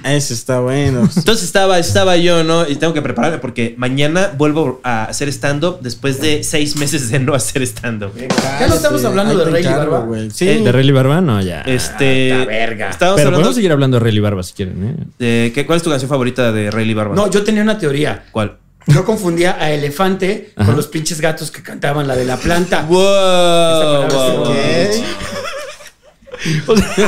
Ese está bueno.
Entonces estaba, estaba yo, ¿no? Y tengo que prepararme porque mañana vuelvo a hacer stand-up después de seis meses de no hacer stand-up.
Ya no estamos hablando
Ahí
de
te
Rayleigh
encargo,
Barba.
güey. Sí.
¿De Rayleigh Barba? No, ya.
Este.
Pero
Estábamos hablando.
podemos seguir hablando de Rayleigh Barba si quieren, ¿eh?
de- ¿qué- ¿Cuál es tu canción favorita de Rayleigh Barba?
No, yo tenía una teoría.
¿Cuál?
Yo confundía a Elefante
Ajá.
con los pinches gatos que cantaban la de la planta.
Wow, wow, wow.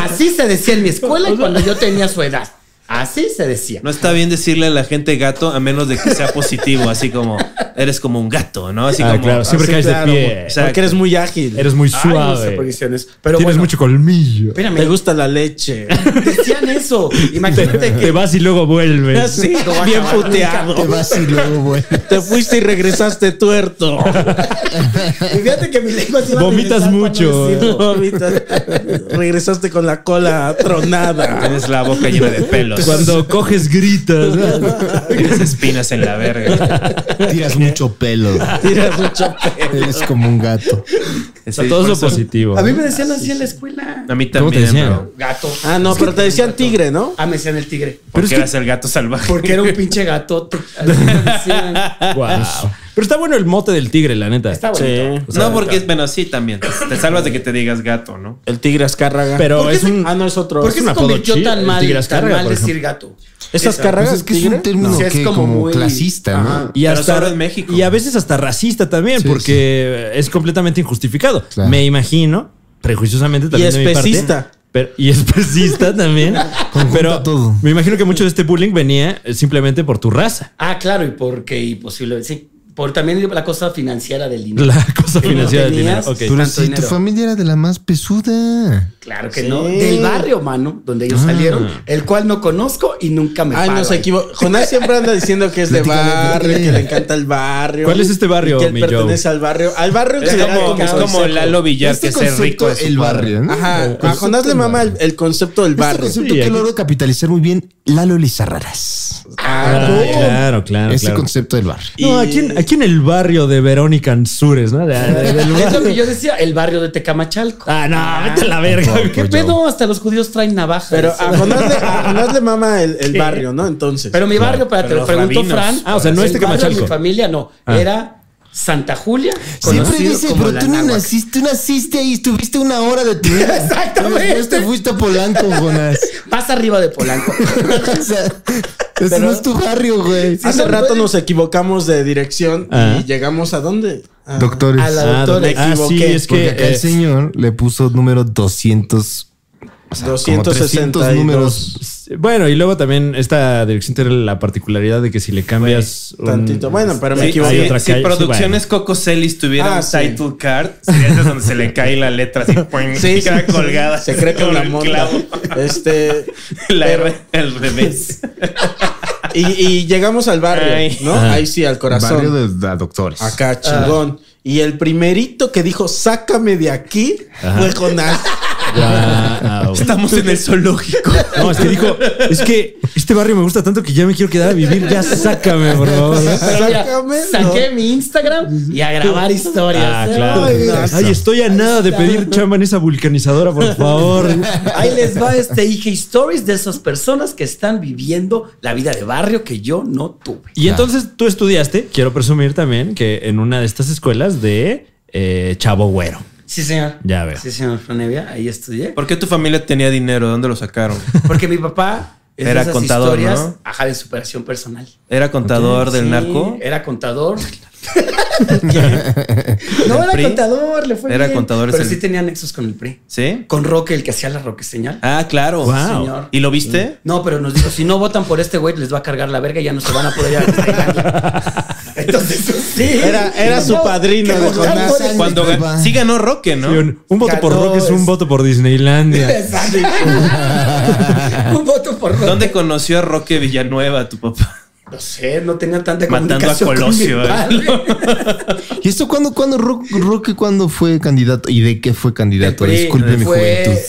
Así se decía en mi escuela y cuando yo tenía su edad. Así se decía.
No está bien decirle a la gente gato a menos de que sea positivo, así como eres como un gato, ¿no? Así
ah,
como
claro, siempre
sí,
caes
claro,
de pie.
o sea,
Porque eres muy ágil.
Eres muy
Ay, no sé
suave.
por qué hicieron eso. Pero
Tienes
bueno,
mucho colmillo.
espérame.
Te gusta la leche.
Decían eso.
Te,
Imagínate
te
que.
vas y luego vuelves.
Sí,
No va a
bien
acabar nunca.
puteado.
Te vas y luego vuelves.
Te fuiste y regresaste tuerto.
y fíjate que mi lengua se iba a
Vomitas
regresar para no
mucho.
decirlo.
Ahorita regresaste con la cola tronada.
Tienes la boca llena de pelos.
Cuando coges gritas. ¿no?
Tienes espinas en la verga.
Tiras mucho pelo.
Tiras mucho pelo.
Eres como un gato.
O sea,
por
todo es lo
eso-
positivo.
A mí me decían así en la escuela.
A mí
¿Cómo te
también,
decían?
bro.
Gato.
Ah, no, pero te decían tigre, ¿no?
Ah, me decían el tigre.
Porque
es que-
eras el gato salvaje.
Porque era un pinche gatote. Así me decían.
Guau. Pero está bueno el mote del tigre, la neta.
Está bonito.
Sí.
no, porque es bueno, sí, también. Te, te salvas de que te digas gato, ¿no?
El tigre Azcárraga.
Pero mm.
¿Por qué
es
se-
un.
ah, no, es otro.
¿Por
Es
qué
un
se
apodo
convirtió
chido,
tan
el
mal,
tigre
tan
Azcárraga,
mal
por
decir gato?
¿Es Azcárraga?
Pues es que es
¿Tigre?
un término
No. Sí, es
que
como
como,
muy-
clasista,
Ajá.
¿no?
Y,
Pero
hasta,
solo en México.
y a veces hasta racista también,
Sí,
porque es completamente injustificado.
Claro.
Me imagino, prejuiciosamente también. de mi
especista.
parte, pero- y especista también.
Conjunta
pero
todo.
me imagino que mucho de este bullying venía eh, simplemente por tu raza.
Ah, claro, y porque, y posiblemente, sí. Por también la cosa financiera del dinero.
La cosa
Que no
financiera del dinero.
tenías.
Ok.
Pero
Tanto
si
dinero.
tu familia era de la más pesuda.
Claro que
Sí.
no. Del barrio, mano, donde ellos
Ah.
salieron, el cual no conozco y nunca me
Ay,
paro
Ah, no se
ahí.
equivoca. Jonás siempre anda diciendo que es de
Platícale,
barrio,
platícale.
que le encanta el barrio.
¿Cuál es este barrio,
Y Que él
mi
pertenece al barrio. Al barrio en
Es
general,
como, es
concepto.
como Lalo Villar,
Este
que es rico.
concepto,
de su
el
padre.
barrio, ¿no?
Mm,
Ajá. A
Concepto
Jonás le
del
mama el,
barrio.
el concepto del
Este
barrio.
concepto
Sí,
que
aquí-
logró capitalizar muy bien Lalo Lizarraras.
Ah,
Ah, claro, claro.
Ese
claro.
concepto del barrio.
No, aquí, en- aquí en el barrio de Verónica Ansures, ¿no? De- de- del
Es lo
barrio.
que yo decía, el barrio de Tecamachalco.
Ah, no, vete a la verga.
Por favor.
¿Qué
pues
pedo? Hasta los judíos traen navajas.
Pero ah, a Jonás le, a Jonás le mama el, el barrio, ¿no? Entonces.
Pero mi barrio, para te
Pero los
lo preguntó
rabinos.
Fran.
Ah, o sea, no
el
es
barrio de
Tecamachalco.
Mi familia no,
Ah.
era Santa Julia.
Siempre
conocido
dice,
como
pero
la
tú no
náhuac.
naciste, tú naciste ahí, estuviste una hora de tu vida.
Exactamente.
Después te fuiste a Polanco, Jonás.
Vas arriba de Polanco.
o sea, ese no es tu barrio, güey.
Hace rato nos equivocamos de dirección
Ah.
y llegamos a dónde? A-
Doctores.
a la-
Ah,
doctora,
donde- ah, sí,
equivoqué,
es
Porque
que.
acá
eh,
el señor le puso número 200. O sea, como 300
262.
números
Bueno, y luego también esta dirección tiene la particularidad de que si le cambias. un-
Tantito. Bueno, pero me
Sí,
equivoqué.
sí,
Hay otra
si
calle, sí,
Producciones Coco Celis tuviera
Ah,
un
sí.
title card, sería esas donde se le cae la letra así, ¡puing!
Sí,
y
sí,
queda
sí.
colgada.
Se cree que
con
una
el
monta.
clavo.
Este.
La
pero- Ah,
R al revés.
y, y llegamos al barrio,
Ay.
¿no?
Ajá.
Ahí sí, al corazón.
Barrio de, de doctores.
Acá, chingón. Y el primerito que dijo, sácame de aquí, fue Jonás.
Guau.
Estamos en el zoológico.
Ah, No, es que dijo, es que este barrio me gusta tanto que ya me quiero quedar a vivir, ya sácame, por favor.
Pero mira,
Sácame, no.
saqué mi Instagram y a grabar historias.
Ah,
¿eh?
claro.
Ay, no.
Ay, estoy a nada de pedir chamba en esa vulcanizadora, por favor.
Ahí les va este IG Stories de esas personas que están viviendo la vida de barrio que yo no tuve.
Y entonces tú estudiaste, quiero presumir también, que en una de estas escuelas de eh, Chavo Güero.
Sí, señor.
Ya veo.
Sí, señor Franevia, ahí estudié.
¿Por qué tu familia tenía dinero? ¿De dónde lo sacaron?
Porque mi papá es de
Era
esas
contador,
historias,
¿no?
Ajá, de superación personal.
¿Era contador del
Sí,
narco?
Era contador. no, era
PRI?
contador, le fue
Era
bien.
contador, es
Pero
el-
sí tenía nexos con el PRI.
¿Sí?
Con Roque, el que hacía la Roque señal.
Ah, claro.
Wow.
Señor.
¿Y lo viste?
No, pero nos dijo, si no votan por este güey, les va a cargar la verga y ya no se van a poder ir a Tailandia. Entonces, sí.
Era- era su padrino de Jonás.
por el-
Cuando gan-
Disculpa.
sí ganó Roque, ¿no?
Sí, un, un voto por
Ganó
Rock es un
es-
voto por Disneylandia.
Exacto. Un voto por Roque.
¿Dónde conoció a Roque Villanueva, tu papá?
No sé, no tenía tanta
Matando a
comunicación con
Colosio, ¿eh?
mi padre.
¿Y esto cuándo, cuándo, Ro- Roque, cuándo fue candidato? ¿Y de qué fue candidato?
El PRI
Disculpe mi
fue-
juventud.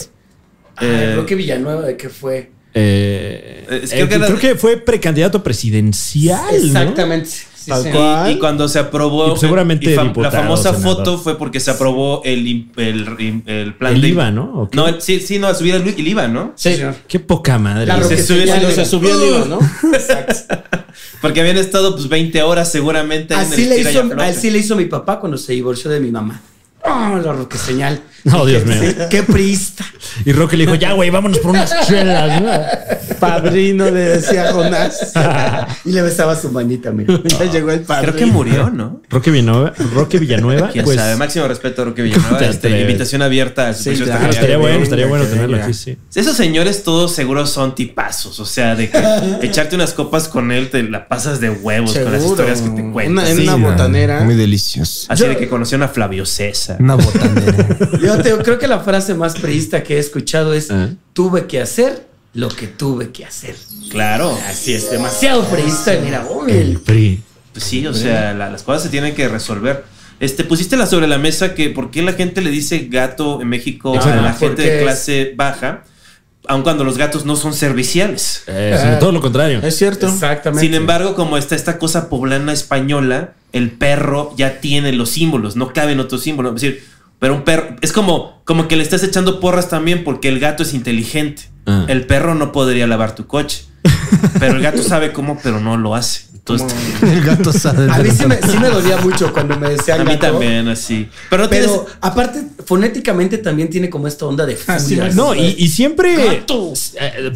Ay,
Eh,
Roque Villanueva, ¿de qué fue?
Eh,
Es que
eh, creo, que
era-
fue precandidato presidencial. ¿no?
Exactamente. sí,
Tal
sí.
cual.
Y, y cuando se aprobó.
Y seguramente
y fam- La
diputado,
famosa
senador.
foto fue porque se aprobó el, im- el, im- el plan
El
de.
IVA, ¿no? ¿O qué?
No, el- sí, sí, no, subir el, el IVA, ¿no?
Sí, señor.
Qué poca madre.
La
Y se-
Roque
se sube-
señal.
Cuando se subió el IVA, ¿no?
Exacto.
Porque habían estado pues 20 horas seguramente
Así
el
le,
tira y
hizo,
afloja.
así le hizo mi papá cuando se divorció de mi mamá. Ah, la Roque señal.
No, Dios mío.
Sí, Qué priista.
Y Roque le dijo, ya, güey, vámonos por unas chelas. ¿no?
Padrino le decía a Jonás.
Y le besaba su manita, mira.
Ya llegó el padrino.
Creo que murió, ¿no?
Roque Villanueva, Roque Villanueva
Quién
pues,
sabe. Máximo respeto a Roque Villanueva.
¿Cómo te
Este,
atreves?
invitación abierta. al Super Show
claro,
Estatal.
ah, estaría
Que
bueno,
venga,
estaría bueno
que
tenerlo
venga.
aquí, sí.
Esos señores todos seguros son tipazos, o sea, de que echarte unas copas con él te la pasas de huevos con las
Seguro.
historias que te cuentas.
Una- en
Sí.
una botanera.
Muy delicioso.
Así de que conocieron a Flavio César.
Una botanera.
Yo te- creo que la frase más priista que he escuchado es: Tuve que hacer lo que tuve que hacer.
Claro.
Así es, demasiado priista. Mira, uy.
PRI.
Pues sí, o sea, la- las cosas se tienen que resolver. Este, pusiste la sobre la mesa que por qué la gente le dice gato en México a
Exacto.
la
Ah,
gente
porque
de
es-
clase baja, aun cuando los gatos no son serviciales.
Eh, sino todo lo contrario.
Es cierto.
Exactamente.
Sin embargo, como está esta cosa poblana española, el perro ya tiene los símbolos, no caben otros símbolos. Es decir, pero un perro es como, como que le estás echando porras también porque el gato es inteligente.
Ah.
El perro no podría lavar tu coche, pero el gato sabe cómo, pero no lo hace. Entonces,
El gato sabe.
A mí sí me, sí me dolía mucho cuando me decían.
a mí
gato,
también así. Pero, no
Pero
tienes-
aparte, fonéticamente también tiene como esta onda de furia.
sí,
No, y, y siempre, eh,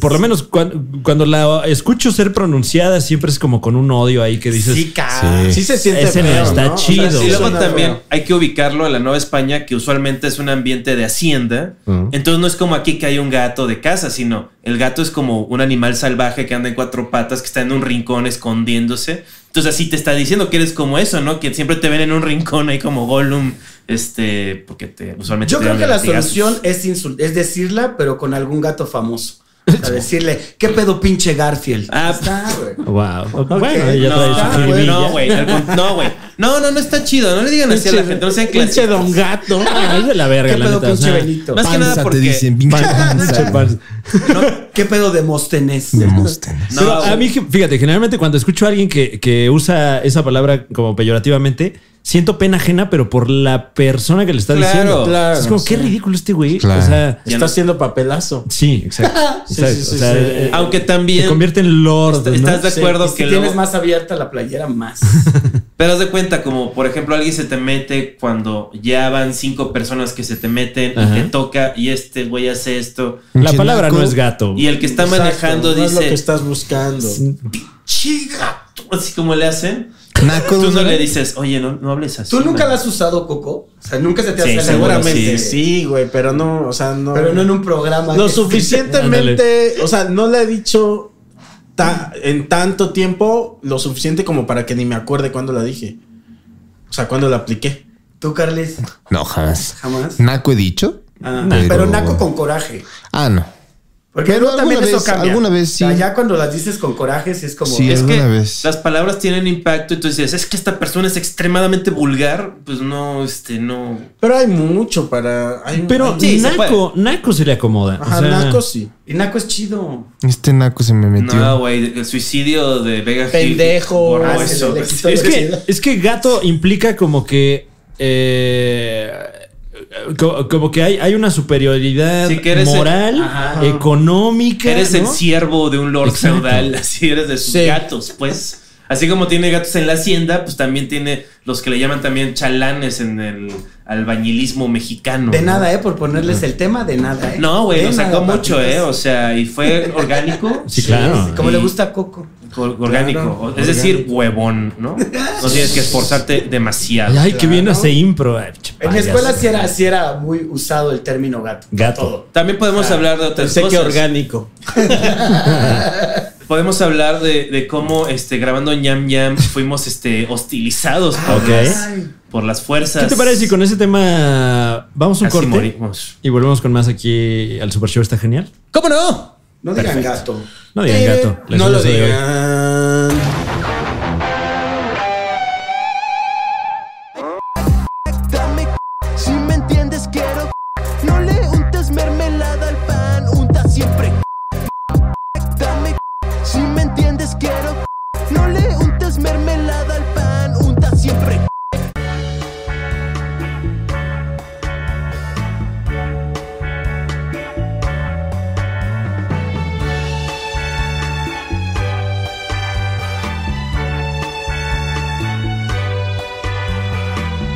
por lo menos cuan- cuando la escucho ser pronunciada, siempre es como con un odio ahí que dices.
Sí, ca-
Sí se siente
Ese no
feo,
está
¿no? O sea,
chido.
Y
sí
luego
suena
también
feo.
hay que ubicarlo a la Nueva España, que usualmente es un ambiente de hacienda. Entonces no es como aquí que hay un gato de casa, sino el gato es como un animal salvaje que anda en cuatro patas, que está en un rincón escondiéndose. Entonces así te está diciendo que eres como eso, ¿no? Que siempre te ven en un rincón ahí como Gollum, este, porque te usualmente
Yo
te
creo
dan
que la
latigazos.
solución es, insul- es decirla, pero con algún gato famoso. O sea, decirle, ¿qué pedo pinche Garfield?
Ah, pues,
Está, güey.
Wow. Bueno, ahí ya trae su
No, güey,
firmilla.
no, güey. al con- No, güey. No, no, no está chido. No le digan así a la gente. No sean
Pinche
clasistas.
don gato.
Ah, es de la verga,
¿Qué
la
pedo
neta. o
pinche
sea,
Benito?
Más que nada
Panza,
porque.
te dicen, pinche
pinche
panza.
pan.
¿Qué pedo Demóstenes?
Demóstenes.
No,
Pero a
güey.
mí, fíjate, generalmente cuando escucho a alguien que, que usa esa palabra como peyorativamente, siento pena ajena, pero por la persona que le está
Claro,
diciendo.
claro,
es como, qué
sí.
ridículo este güey.
Claro.
O sea,
Ya
Está
no-
haciendo papelazo.
sí, exacto.
Sí,
Exacto,
sí, sí,
o sea,
sí.
eh,
Aunque también.
se convierte en lord.
Est-
¿no?
Estás de
Sí,
acuerdo
Y si
que
tienes
luego-
más abierta la playera, más.
Pero haz de cuenta, como por ejemplo, alguien se te mete cuando ya van cinco personas que se te meten
Ajá.
y te toca y este güey hace esto.
La
Pinche
palabra
naco.
no es gato.
Y el que está
Exacto,
manejando
no es lo que
dice,
estás buscando.
chiga, así como le hacen.
Naco.
Tú no le dices, oye, no, no hables así.
¿Tú nunca
man".
la has usado, Coco? O sea, nunca se te ha
Sí,
salido.
seguro,
Seguramente sí, güey, pero no, o sea, no.
Pero no en un programa.
Lo
que-
suficientemente, o sea, no le he dicho ta- en tanto tiempo lo suficiente como para que ni me acuerde cuándo la dije. O sea, cuándo la apliqué.
¿Tú, Carles?
No, jamás.
Jamás.
Naco he dicho.
Ah,
Pero-
Pero naco con coraje.
Ah, no.
Porque
Pero
luego también eso
alguna vez-
cambia.
alguna vez sí.
O sea, ya cuando las dices con coraje, sí es como.
Sí,
Es que
alguna vez.
las palabras tienen impacto y tú dices, es que esta persona es extremadamente vulgar. Pues no, este, no.
Pero hay mucho para. hay-
Pero
hay-
Sí, se
Naco, Naco se le acomoda.
Ajá,
o sea,
naco sí.
Y naco es chido.
Este Naco se me metió.
No, güey, el suicidio de Vega Hill
Pendejo.
borró
Ah,
se
eso.
le quitó
Es
Es
lo
que-
que, es que gato implica como que. eh, co- como que hay, hay una superioridad
Sí, que eres el-
moral,
Ajá.
económica.
Eres el
¿no?
siervo de un lord
Exacto.
feudal, así eres de sus
Sí.
gatos, pues. Así como tiene gatos en la hacienda, pues también tiene los que le llaman también chalanes en el albañilismo mexicano.
De
¿no?
nada, ¿eh? Por ponerles el tema, de nada, ¿eh?
No, güey,
De
lo sacó
nada,
mucho,
papitas.
¿eh? O sea, y fue orgánico.
Sí, claro.
Este, Como
Y-
le gusta a Coco.
Or- Orgánico.
Claro,
es decir, huevón, ¿no? No tienes que esforzarte demasiado.
Ay, qué bien hace impro. Ay,
En mi
payaso.
escuela sí era, sí era muy usado el término gato.
Gato.
Todo.
También podemos hablar de otras
Pensé que
cosas.
orgánico.
podemos hablar de, de cómo este, grabando Ñam Ñam fuimos este, hostilizados por,
Ok.
las, por las fuerzas.
¿Qué te parece si con ese tema vamos a un
Casi
corte?
morimos.
Y volvemos con más aquí al Super Show. Está genial.
¿Cómo no?
No digan gato.
No digan gato. la
No lo
excusa de hoy.
digan.
Dame si me entiendes quiero No le untes mermelada al pan, unta siempre Dame si me entiendes quiero No le untes mermelada al pan, unta siempre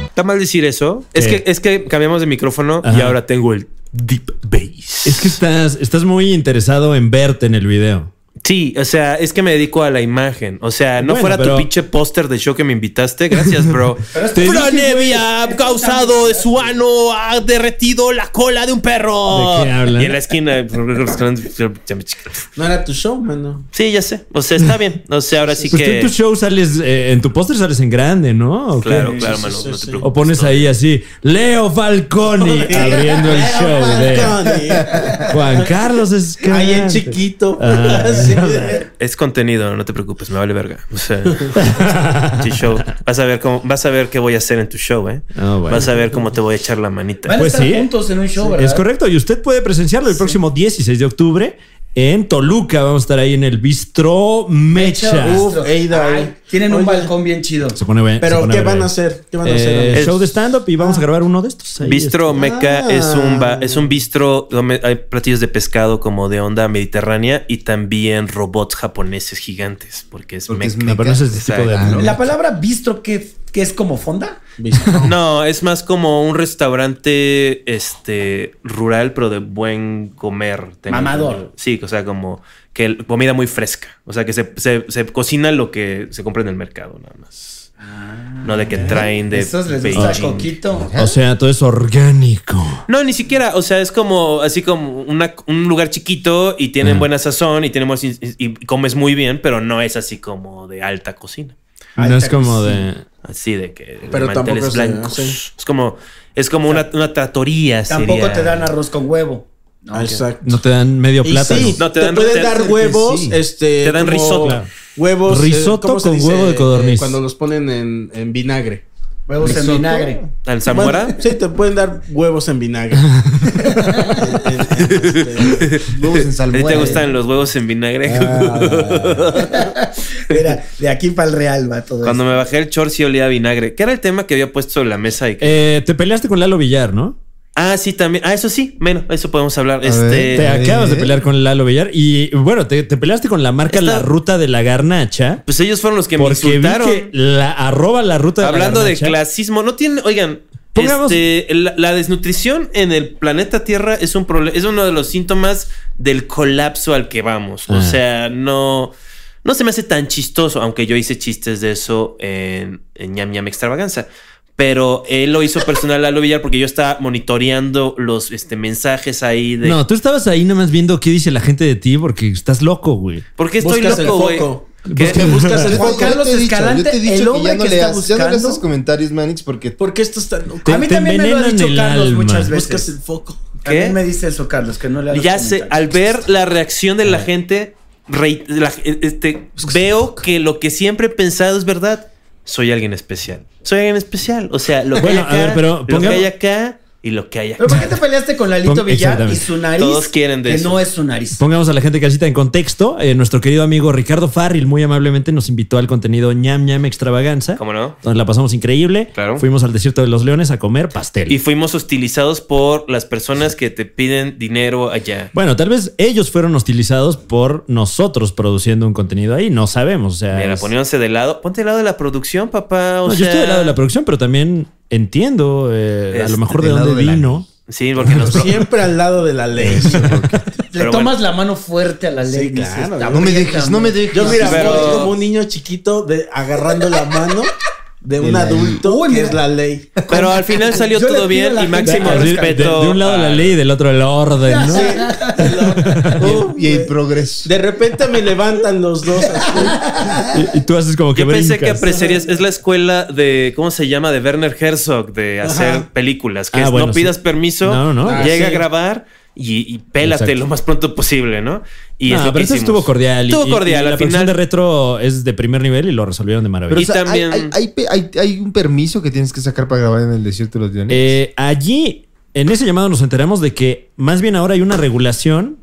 Está mal decir eso.
Es ¿Qué? que-
es que cambiamos de micrófono
y Ajá. ahora
tengo el deep bass.
Es que estás, estás muy interesado en verte en el video.
Sí, o sea, es que me dedico a la imagen. O sea,
no Bueno, fuera tu pero- pinche
póster de show que me invitaste. Gracias, bro.
Te dije,
Nevia ha causado de su ano, ha derretido la cola de un perro
¿De qué hablan?
y en la esquina.
No era tu show, mano.
Sí, ya sé. O sea, está bien. O sea, ahora sí
Pues tú en
que.
tu show sales, eh, en tu póster sales en grande, ¿no? ¿O qué?
Claro,
Sí,
claro,
sí,
mano.
sí,
no
sí.
te
O
preocupes.
pones ahí así, Leo Falconi, abriendo el show de Juan Carlos Escalante.
Ahí en chiquito.
Ah,
Sí.
Es contenido, no te preocupes, me vale verga. O sea, tu show. Vas a ver cómo, vas a ver qué voy a hacer en tu show, eh.
Ah, bueno.
Vas a ver cómo te voy a echar la manita.
Van
Pues
a estar
sí.
juntos en un show, ¿verdad?
Es correcto, y usted puede presenciarlo el próximo 16 de octubre en Toluca. Vamos a estar ahí en el Bistro Mecha.
Uf, Eida,
Ay,
eh.
tienen un
Oye.
balcón bien chido.
Se pone buen- se
Pero,
pone
¿qué
breve.
van a hacer? ¿Qué van a hacer?
Eh,
Es-
show de stand-up y vamos a grabar uno de estos. ahí
Bistro
está.
Meca
Ah.
es un ba- es un bistro donde hay platillos de pescado como de onda mediterránea y también robots japoneses gigantes, porque es
Porque es
meca.
No, pero no es ese tipo de.
Exacto.
La palabra bistro, que, que es como fonda?
No, es más como un restaurante este rural, pero de buen comer. tengo
Mamador.
entendido. Sí, o sea, como que el- comida muy fresca. O sea, que se, se- se cocina lo que se compra en el mercado, nada más. no de que traen de
Ah, Esos les gusta
Beijing.
Coquito.
O sea, todo es orgánico.
No, ni siquiera. O sea, es como así como una- un lugar chiquito y tienen buena sazón y, tienen buenas in- y y comes muy bien, pero no es así como de alta cocina.
No es como de.
Así de que de
Pero tampoco
manteles
es de-
blancos.
sí.
Es como, es como una, una tratoría.
Tampoco
sería.
te dan arroz con huevo.
Ah, Exacto.
No te dan medio
Y
plátano.
sí,
No, te
te,
dan-
pueden
te dan-
dar huevos,
sí.
este,
Te dan
como
risotto.
Claro.
Huevos, eh,
Risotto
¿cómo se
con
dice?
huevo de codorniz.
Eh, cuando los ponen en, en vinagre.
Huevos en vinagre.
¿Al Zamora?
Bueno, sí, te pueden dar huevos en vinagre. En- en- este,
Huevos en
¿A ti
salmuera.
te gustan los huevos en vinagre?
Ah,
Ah.
Mira, de aquí para el real va todo
Cuando
esto.
me bajé el short sí olía a vinagre. ¿Qué era el tema que había puesto sobre la mesa? Y que-
Eh, te peleaste con Lalo Villar, ¿no?
Ah, sí, también. Ah, eso sí. Bueno, eso podemos hablar.
A
este...
ver,
Te
Eh,
acabas de
eh.
pelear con Lalo Villar y bueno, te, te peleaste con la marca
Esta-
La Ruta de la Garnacha.
Pues ellos fueron los que me
Porque vi
insultaron.
que la arroba la ruta de
Hablando
la
de
Garnacha.
clasismo, no tienen, oigan,
Pongamos-
este, la, la desnutrición en el planeta Tierra es un problema, es uno de los síntomas del colapso al que vamos. O
Ah.
sea, no, No se me hace tan chistoso, aunque yo hice chistes de eso en, en ñam ñam extravaganza. Pero él lo hizo personal a lo Villar porque yo estaba monitoreando los este, mensajes ahí de.
No, tú estabas ahí nomás viendo qué dice la gente de ti porque estás loco, güey.
¿Por qué estoy
Buscas el
loco, güey?
foco.
¿Qué?
Busca- buscas el
Yo-
Juan
yo
foco.
Carlos
te he dicho,
Escalante,
yo te he dicho
el
que
hombre
ya no
que
le
está
haces- ya no le haces
buscando-
comentarios, Manix, porque
¿Por qué estás tan loco?
Te-
a mí
te
también me lo ha
envenenan
dicho
el
Carlos
alma.
muchas veces.
Buscas el foco.
¿Qué?
A mí me dice eso, Carlos, que no le hagas
Ya sé, al
comentarios.
ver la reacción de la gente, rei- la- este, veo que lo que siempre he pensado es verdad. Soy alguien especial. Soy alguien especial. O sea, lo que
Bueno,
hay
a
acá,
ver, pero
lo que
pongamos-
hay acá y lo que hay acá.
¿Pero por qué te peleaste con Lalito
Pon-
Villar y
Exactamente.
su nariz?
Todos quieren de
que
eso.
no es su nariz.
Pongamos a la gente casita en contexto. Eh, nuestro querido amigo Ricardo Farril muy amablemente nos invitó al contenido ñam ñam extravaganza.
¿Cómo no?
Donde la pasamos increíble.
Claro.
Fuimos al desierto de los leones a comer pastel.
Y fuimos hostilizados por las personas que te piden dinero allá.
bueno, tal vez ellos fueron hostilizados por nosotros produciendo un contenido ahí. No sabemos. O sea,
Mira,
es-
poniéndose de lado. Ponte del lado de la producción, papá. O
No, yo
sea,
estoy del lado de la producción, pero también entiendo eh, a
Este,
lo mejor de
del lado
dónde
de la-
vino.
Sí, porque nos.
Siempre al lado de la ley.
Le
Pero
tomas la mano fuerte a la
Sí,
ley. y
claro,
dices,
güey.
no me dejes, no me dejes.
Yo mira,
Pero-
voy como un niño chiquito de, agarrando la mano de un adulto
Uy,
que
mira.
es la ley.
Pero al final salió
Yo le
todo
pido a
bien
la
y
gente-
máximo
De, de-
respeto.
de un lado la
a-
ley y del otro el orden, ¿no?
Uh, y el
güey.
progreso.
De repente me levantan los dos así.
Y, y tú haces como que
Yo pensé que
brincas.
apreciarías, es la escuela de, ¿cómo se llama? De Werner Herzog, de hacer películas, que
Ah,
es, no
bueno,
pidas
sí.
permiso,
No, no, no.
llega
Ah, sí.
a grabar y, y pélate
Exacto.
lo más pronto posible, ¿no? Y
No,
es
pero
lo que
eso
hicimos.
estuvo cordial. y-
Estuvo
y-
cordial,
y la
al
producción
final.
de retro es de primer nivel y lo resolvieron de
Pero,
maravilla.
Y
o sea, hay-
también-
hay, hay pe- hay- hay un permiso que tienes que sacar para grabar en el desierto de los leones.
Eh, allí, en ese llamado, nos enteramos de que más bien ahora hay una regulación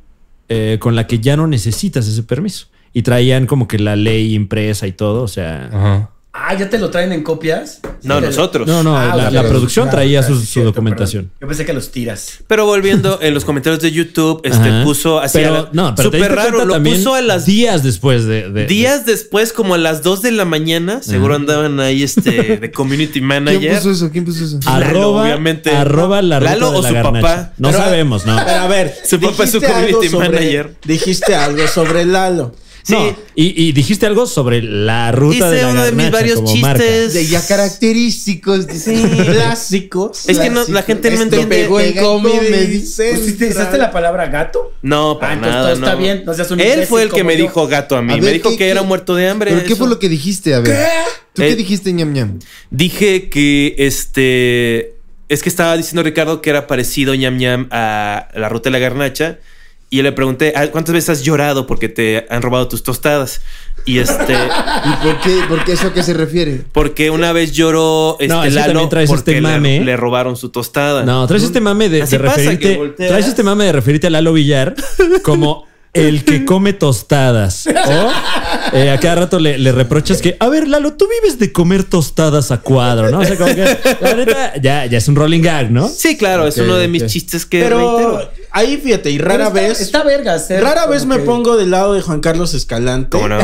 eh, con la que ya no necesitas ese permiso. Y traían como que la ley impresa y todo. O sea.
Ajá.
Ah, ya te lo traen en copias.
No,
Sí, te lo-
nosotros.
No, no,
Ah,
la,
ok,
la
ok.
producción
Ah,
traía
ok,
su,
sí,
su
cierto,
documentación.
perdón. Yo pensé que los tiras.
Pero volviendo en los comentarios de YouTube, este
Ajá.
puso así a
Pero,
la-
no, pero te
súper
diste
raro,
cuenta
lo
también
puso a las
días después de. de-
días después, como a las 2 de la mañana, seguro andaban ahí este de community
¿Quién
manager.
puso eso? ¿Quién puso eso?
de- arroba,
obviamente.
arroba la ruta
Lalo
de
o
la
su
garnacha.
papá.
No
Pero-
sabemos, no.
Pero a ver,
Su papá es su
dijiste algo
community
sobre-
manager.
Dijiste algo sobre Lalo.
Sí.
No, y, y dijiste algo sobre la ruta
Hice
de la
uno de mis
garnacha
varios
como marca.
chistes.
De ya característicos. dice.
Clásicos.
Es que no- la gente no entiende.
pegó en
Pega en Comedy
comedy.
Pues ¿Utilizaste la palabra gato?
No, para
Ah, entonces
nada.
todo está
no.
bien, no seas un
Él
imbécil
fue el que
como
me
yo.
dijo gato a mí.
A
me
ver,
dijo
¿qué-
que
qué-
era muerto de hambre.
¿Pero qué
eso.
fue lo que dijiste? A ver. ¿Tú
Eh,
qué dijiste, ñam ñam?
Dije que este. Es que estaba diciendo Ricardo que era parecido ñam ñam a la ruta de la garnacha. Y le pregunté, "Ah, ¿cuántas veces has llorado porque te han robado tus tostadas? Y este.
¿Y por qué, por qué eso a qué se refiere?
Porque una vez lloró este
No, es que
Lalo
también traes
porque
este
le-
mame.
Le, robaron su tostada.
No, traes este mame de,
Así
de
pasa, que
referirte.
volteas.
Traes este mame de referirte a Lalo Villar como el que come tostadas. O eh, a cada rato le, le reprochas que, a ver, Lalo, tú vives de comer tostadas a cuadro, ¿no? O sea, como que la neta, ya, ya es un rolling gag, ¿no?
Sí, claro, es
Ok,
uno de mis
ok.
chistes que
Pero
reitero.
ahí fíjate, y
Pero
rara
está-
vez.
Está verga, hacer
rara
como
vez me
que-
pongo del lado de Juan Carlos Escalante.
¿Cómo no?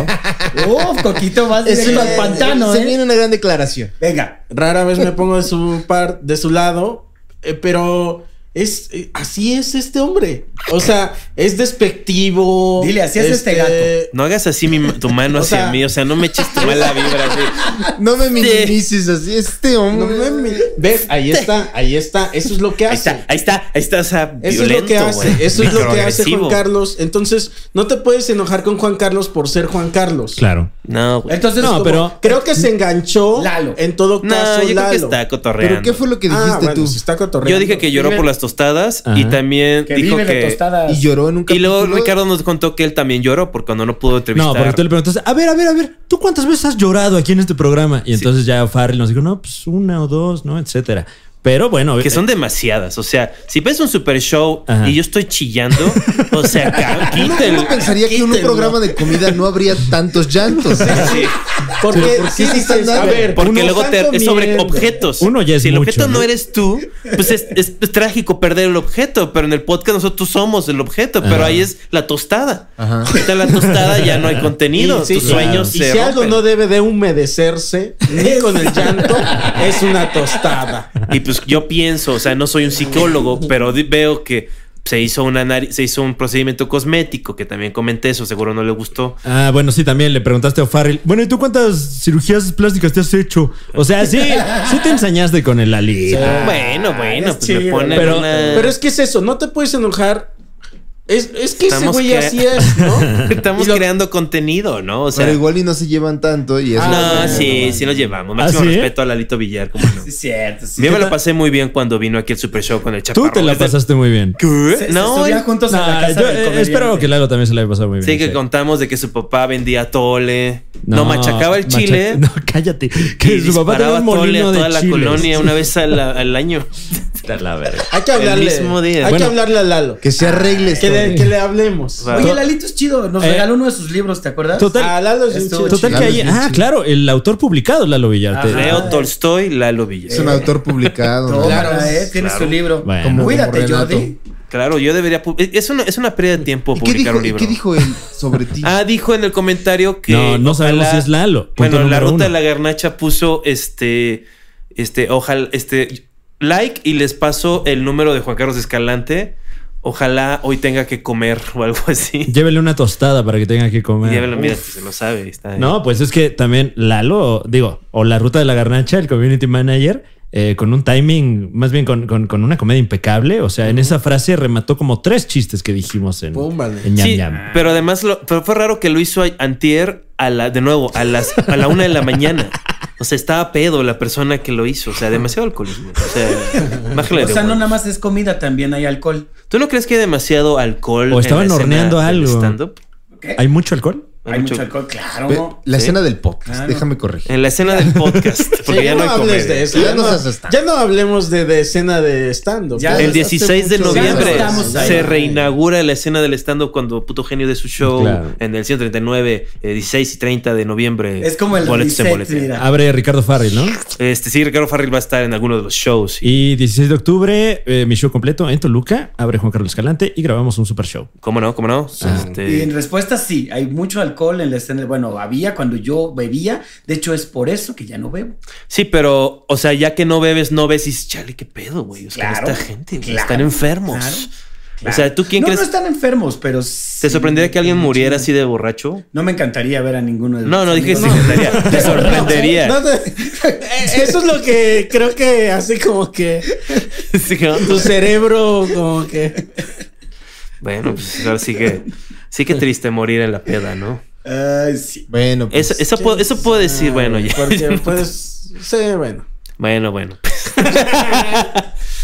Uf, Coquito, vas
Es
directo
una-
al pantano,
se
¿eh?
viene una gran declaración.
Venga.
Rara vez me pongo de su par, de su lado, eh, pero es eh, así es este hombre. O sea, es despectivo.
Dile, así es este gato.
No hagas así mi- tu mano
O
hacia
sea-
mí. O sea, no me eches tu mala vibra así.
No me minimices así, este
No
hombre.
mames. Ves, ahí
Este.
está, ahí está. Eso es lo
Ah,
que
Ahí
hace.
está, ahí está, ahí está, o sea,
Eso
violento,
es lo que hace,
güey.
eso es lo que hace
Microagresivo.
Juan Carlos. Entonces, no te puedes enojar con Juan Carlos por ser Juan Carlos.
Claro.
Pues, No, güey.
Entonces,
No,
como-
pero-
Creo que se enganchó
Lalo.
en todo
No,
caso
yo creo
Lalo.
que está cotorreando.
¿Pero qué fue lo que dijiste
Ah, bueno,
tú?
se está cotorreando.
Yo dije que lloró
Vive-
por las tostadas y
Ajá.
también
Que
dijo
vive de
que.
tostadas.
Y lloró en un
Y luego
capítulo.
Ricardo nos contó que él también lloró por cuando no pudo entrevistar.
No, porque tú le preguntas, a ver, a ver, a ver, ¿tú cuántas veces has llorado aquí en este programa? Y entonces ya Farrell nos dijo, no, pues una o dos, ¿no? Etcétera. Pero bueno,
Que son demasiadas. O sea, si ves un super show
Ajá.
y yo estoy chillando, o sea, ca-
Uno,
quítenlo.
uno pensaría que en un
Quítenlo.
programa de comida no habría tantos llantos.
Sí.
Porque,
Pero ¿por qué
sí
se
dices,
están dando?
a ver,
Eh, Porque
uno
luego te,
está
es sobre
comiendo.
objetos.
Uno ya es
si el
mucho,
objeto ¿no?
¿no?
eres tú, pues es, es- es trágico perder el objeto. Pero en el podcast nosotros somos el objeto, pero
Ajá.
ahí es la tostada.
Ajá.
Ahorita la tostada ya no hay contenido.
Y sí,
Tus
claro.
sueños
Y
se
si algo
rompen.
no debe de humedecerse, ni con el llanto, es una tostada.
Y pues yo pienso, o sea, no soy un psicólogo, pero di- veo que se hizo, una nari- se hizo un procedimiento cosmético, que también comenté eso, seguro no le gustó.
Ah, bueno, sí, también le preguntaste a O'Farrell. Bueno, ¿y tú cuántas cirugías plásticas te has hecho? O sea, sí, sí te ensañaste con el Ali. Ah,
bueno, bueno,
es
pues
chido,
le ponen
pero-
una-
Pero es que es eso, no te puedes enojar. Es, es que ese
Estamos
güey
cre-
así es, ¿no?
Estamos
Y lo-
creando contenido, ¿no? O sea,
Pero igual y no se llevan tanto y es...
no, sí, sí nos llevamos. Máximo
¿Ah, sí?
respeto a Lalito Villar, como no.
Es cierto. sí.
Yo me lo pasé muy bien cuando vino aquí el Super Show con el
Tú
chaparro.
te la
Es de-
pasaste muy bien.
¿Qué?
Se- se
no,
subían juntos a la
Nah,
casa
yo,
del
eh,
comediante.
espero que Lalo también se la haya pasado muy bien.
sí que contamos de que su papá vendía tole, no, machacaba el
macha-
chile.
No, cállate. Que
y
su papá tenía
disparaba
un
tole
molino
a
de
toda la
chiles.
colonia una vez al, al año.
La verga.
Hay que
El
hablarle.
mismo día.
Hay
Bueno.
que hablarle a Lalo.
Que se arregle esto.
Que le, que le hablemos.
Claro.
Oye, Lalito es chido. Nos
Eh,
regaló uno de sus libros, ¿te acuerdas?
Total.
Ah,
A Lalo es bien
Estuvo
chido.
chido.
Total que ahí. Ah, claro, el autor publicado, Lalo Villar. te- Ah,
Ajá.
Leo Tolstoy, Lalo Villar.
Es un autor publicado. ¿no?
Claro, ¿eh? Tiene
claro.
su libro.
Bueno. Como-
Cuídate,
como Renato.
Jordi.
Claro, yo debería. pu- Es una, es una pérdida de tiempo
¿Y qué
publicar
dijo,
un
y
libro.
qué dijo él sobre ti?
Ah, dijo en el comentario que.
No, no sabemos si es Lalo. Punto
Bueno, la
número
ruta
uno.
de la garnacha puso este. Este, ojalá. Este. Like y les paso el número de Juan Carlos Escalante. Ojalá hoy tenga que comer o algo así.
Llévele una tostada para que tenga que
Y
comer.
Llévelo, mira, pues, se lo sabe. Está ¿eh? ahí.
No, pues es que también Lalo, digo, o la ruta de la garnacha, el community manager, eh, con un timing, más bien con, con- con una comedia impecable. O sea, en esa frase remató como tres chistes que dijimos en,
Púmbale.
en Ñam
Sí,
Ñam.
pero además lo- pero fue raro que lo hizo a- antier a la, de nuevo, a las a la una de la mañana. O sea, estaba pedo la persona que lo hizo. O sea, demasiado alcoholismo. O sea, bájale
O
de
sea, no
huevos.
nada más es comida, también hay alcohol.
¿Tú no crees que hay demasiado alcohol?
O estaban
en la escena
horneando
del
algo.
stand-up?
¿Hay mucho alcohol?
Hay mucho alcohol, claro.
Ve, la
Sí.
escena del podcast,
Claro.
déjame corregir.
En la escena del podcast. Porque
Sí,
ya no, hay
hables
comedia.
de eso.
Ya
Ya,
nos
no,
asustan.
ya no hablemos de, de escena de stand-up.
Ya.
El
hace
16 de
mucho
tiempo.
noviembre
Ya no estamos ahí.
se reinaugura la escena del stand-up cuando puto genio de su show
Claro.
en el 139, eh, 16 y 30 de noviembre.
Es como el
Boletos en Ah,
reset,
boletea.
mira.
Abre Ricardo Farrell, ¿no?
Este sí, Ricardo Farril va a estar en alguno de los shows. Y
Y 16 de octubre, eh, mi show completo en Toluca. Abre Juan Carlos Escalante y grabamos un super show.
cómo no, cómo no. Este,
Y en respuesta, sí, hay mucho alcohol en la escena. Bueno, había cuando yo bebía. De hecho, es por eso que ya no bebo.
Sí, pero, o sea, ya que no bebes, no ves y dices, chale, qué pedo, güey. O sea,
Claro,
esta gente, güey,
claro,
están enfermos.
claro,
O sea, ¿tú quién
no,
crees?
No están enfermos, pero.
¿Te sorprendería que alguien muriera así
de.?
de borracho?
No me encantaría ver a ninguno de
No,
mis
no dije
amigos.
sí, encantaría. Te sorprendería.
No te- eh, Eso es lo que creo que hace como que
Sí, ¿no?
tu cerebro como que...
Bueno, pues ahora sí que. Sí que triste morir en la peda, ¿no?
Ay, sí.
Bueno, pues,
Eso, eso, puedo, eso puedo
ah,
decir, bueno, ya.
Porque
pues,
puedes... Sí, bueno.
Bueno, bueno.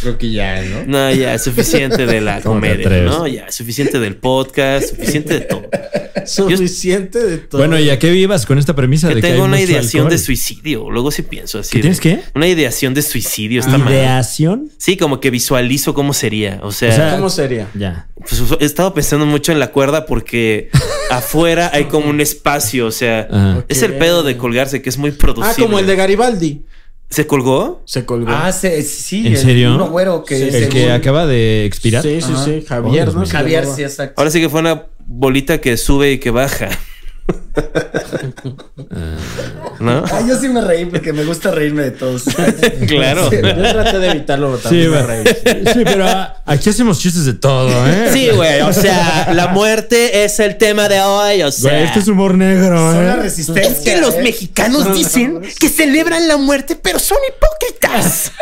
creo que ya, ¿no?
No, ya, suficiente de la
¿Cómo te
comedia,
atreves?
¿no? Ya, suficiente del podcast, suficiente de todo.
Suficiente de todo.
Bueno, ¿y a qué vivas con esta premisa
Que
de que
tengo
hay
una
mucho
ideación de
alcohol?
suicidio. Luego sí pienso así.
¿Que
de-
tienes qué?
Una ideación de suicidio. Está mal.
¿Ideación?
Sí, como que visualizo cómo sería. O sea,
O sea-
¿Cómo sería?
Ya.
pues, he estado pensando mucho en la cuerda porque afuera hay como un espacio. O sea,
Ajá.
es el pedo de colgarse que es muy producido.
Ah, como el de Garibaldi.
¿Se colgó?
Se colgó.
Ah, se- sí.
¿En
el-
serio?
Un güero que.
Sí.
El
según-
que acaba de expirar.
Sí, sí,
Ajá.
sí. Javier,
Oh,
¿no?
Dios
Se
Javier,
llamaba.
sí, exacto.
Ahora sí que fue una bolita que sube y que baja. ¿No?
Ay, Ah, yo sí me reí porque me gusta reírme de todos.
Claro.
Sí,
Yo traté de evitarlo, pero también me
bueno.
reí.
Sí, pero ah, aquí hacemos chistes de todo, ¿eh?
Sí, güey. O sea, la muerte es el tema de hoy. O sea,
Güey, este es humor negro,
Son la
¿eh?
resistencia. ¿eh?
mexicanos dicen que celebran la muerte, pero son hipócritas.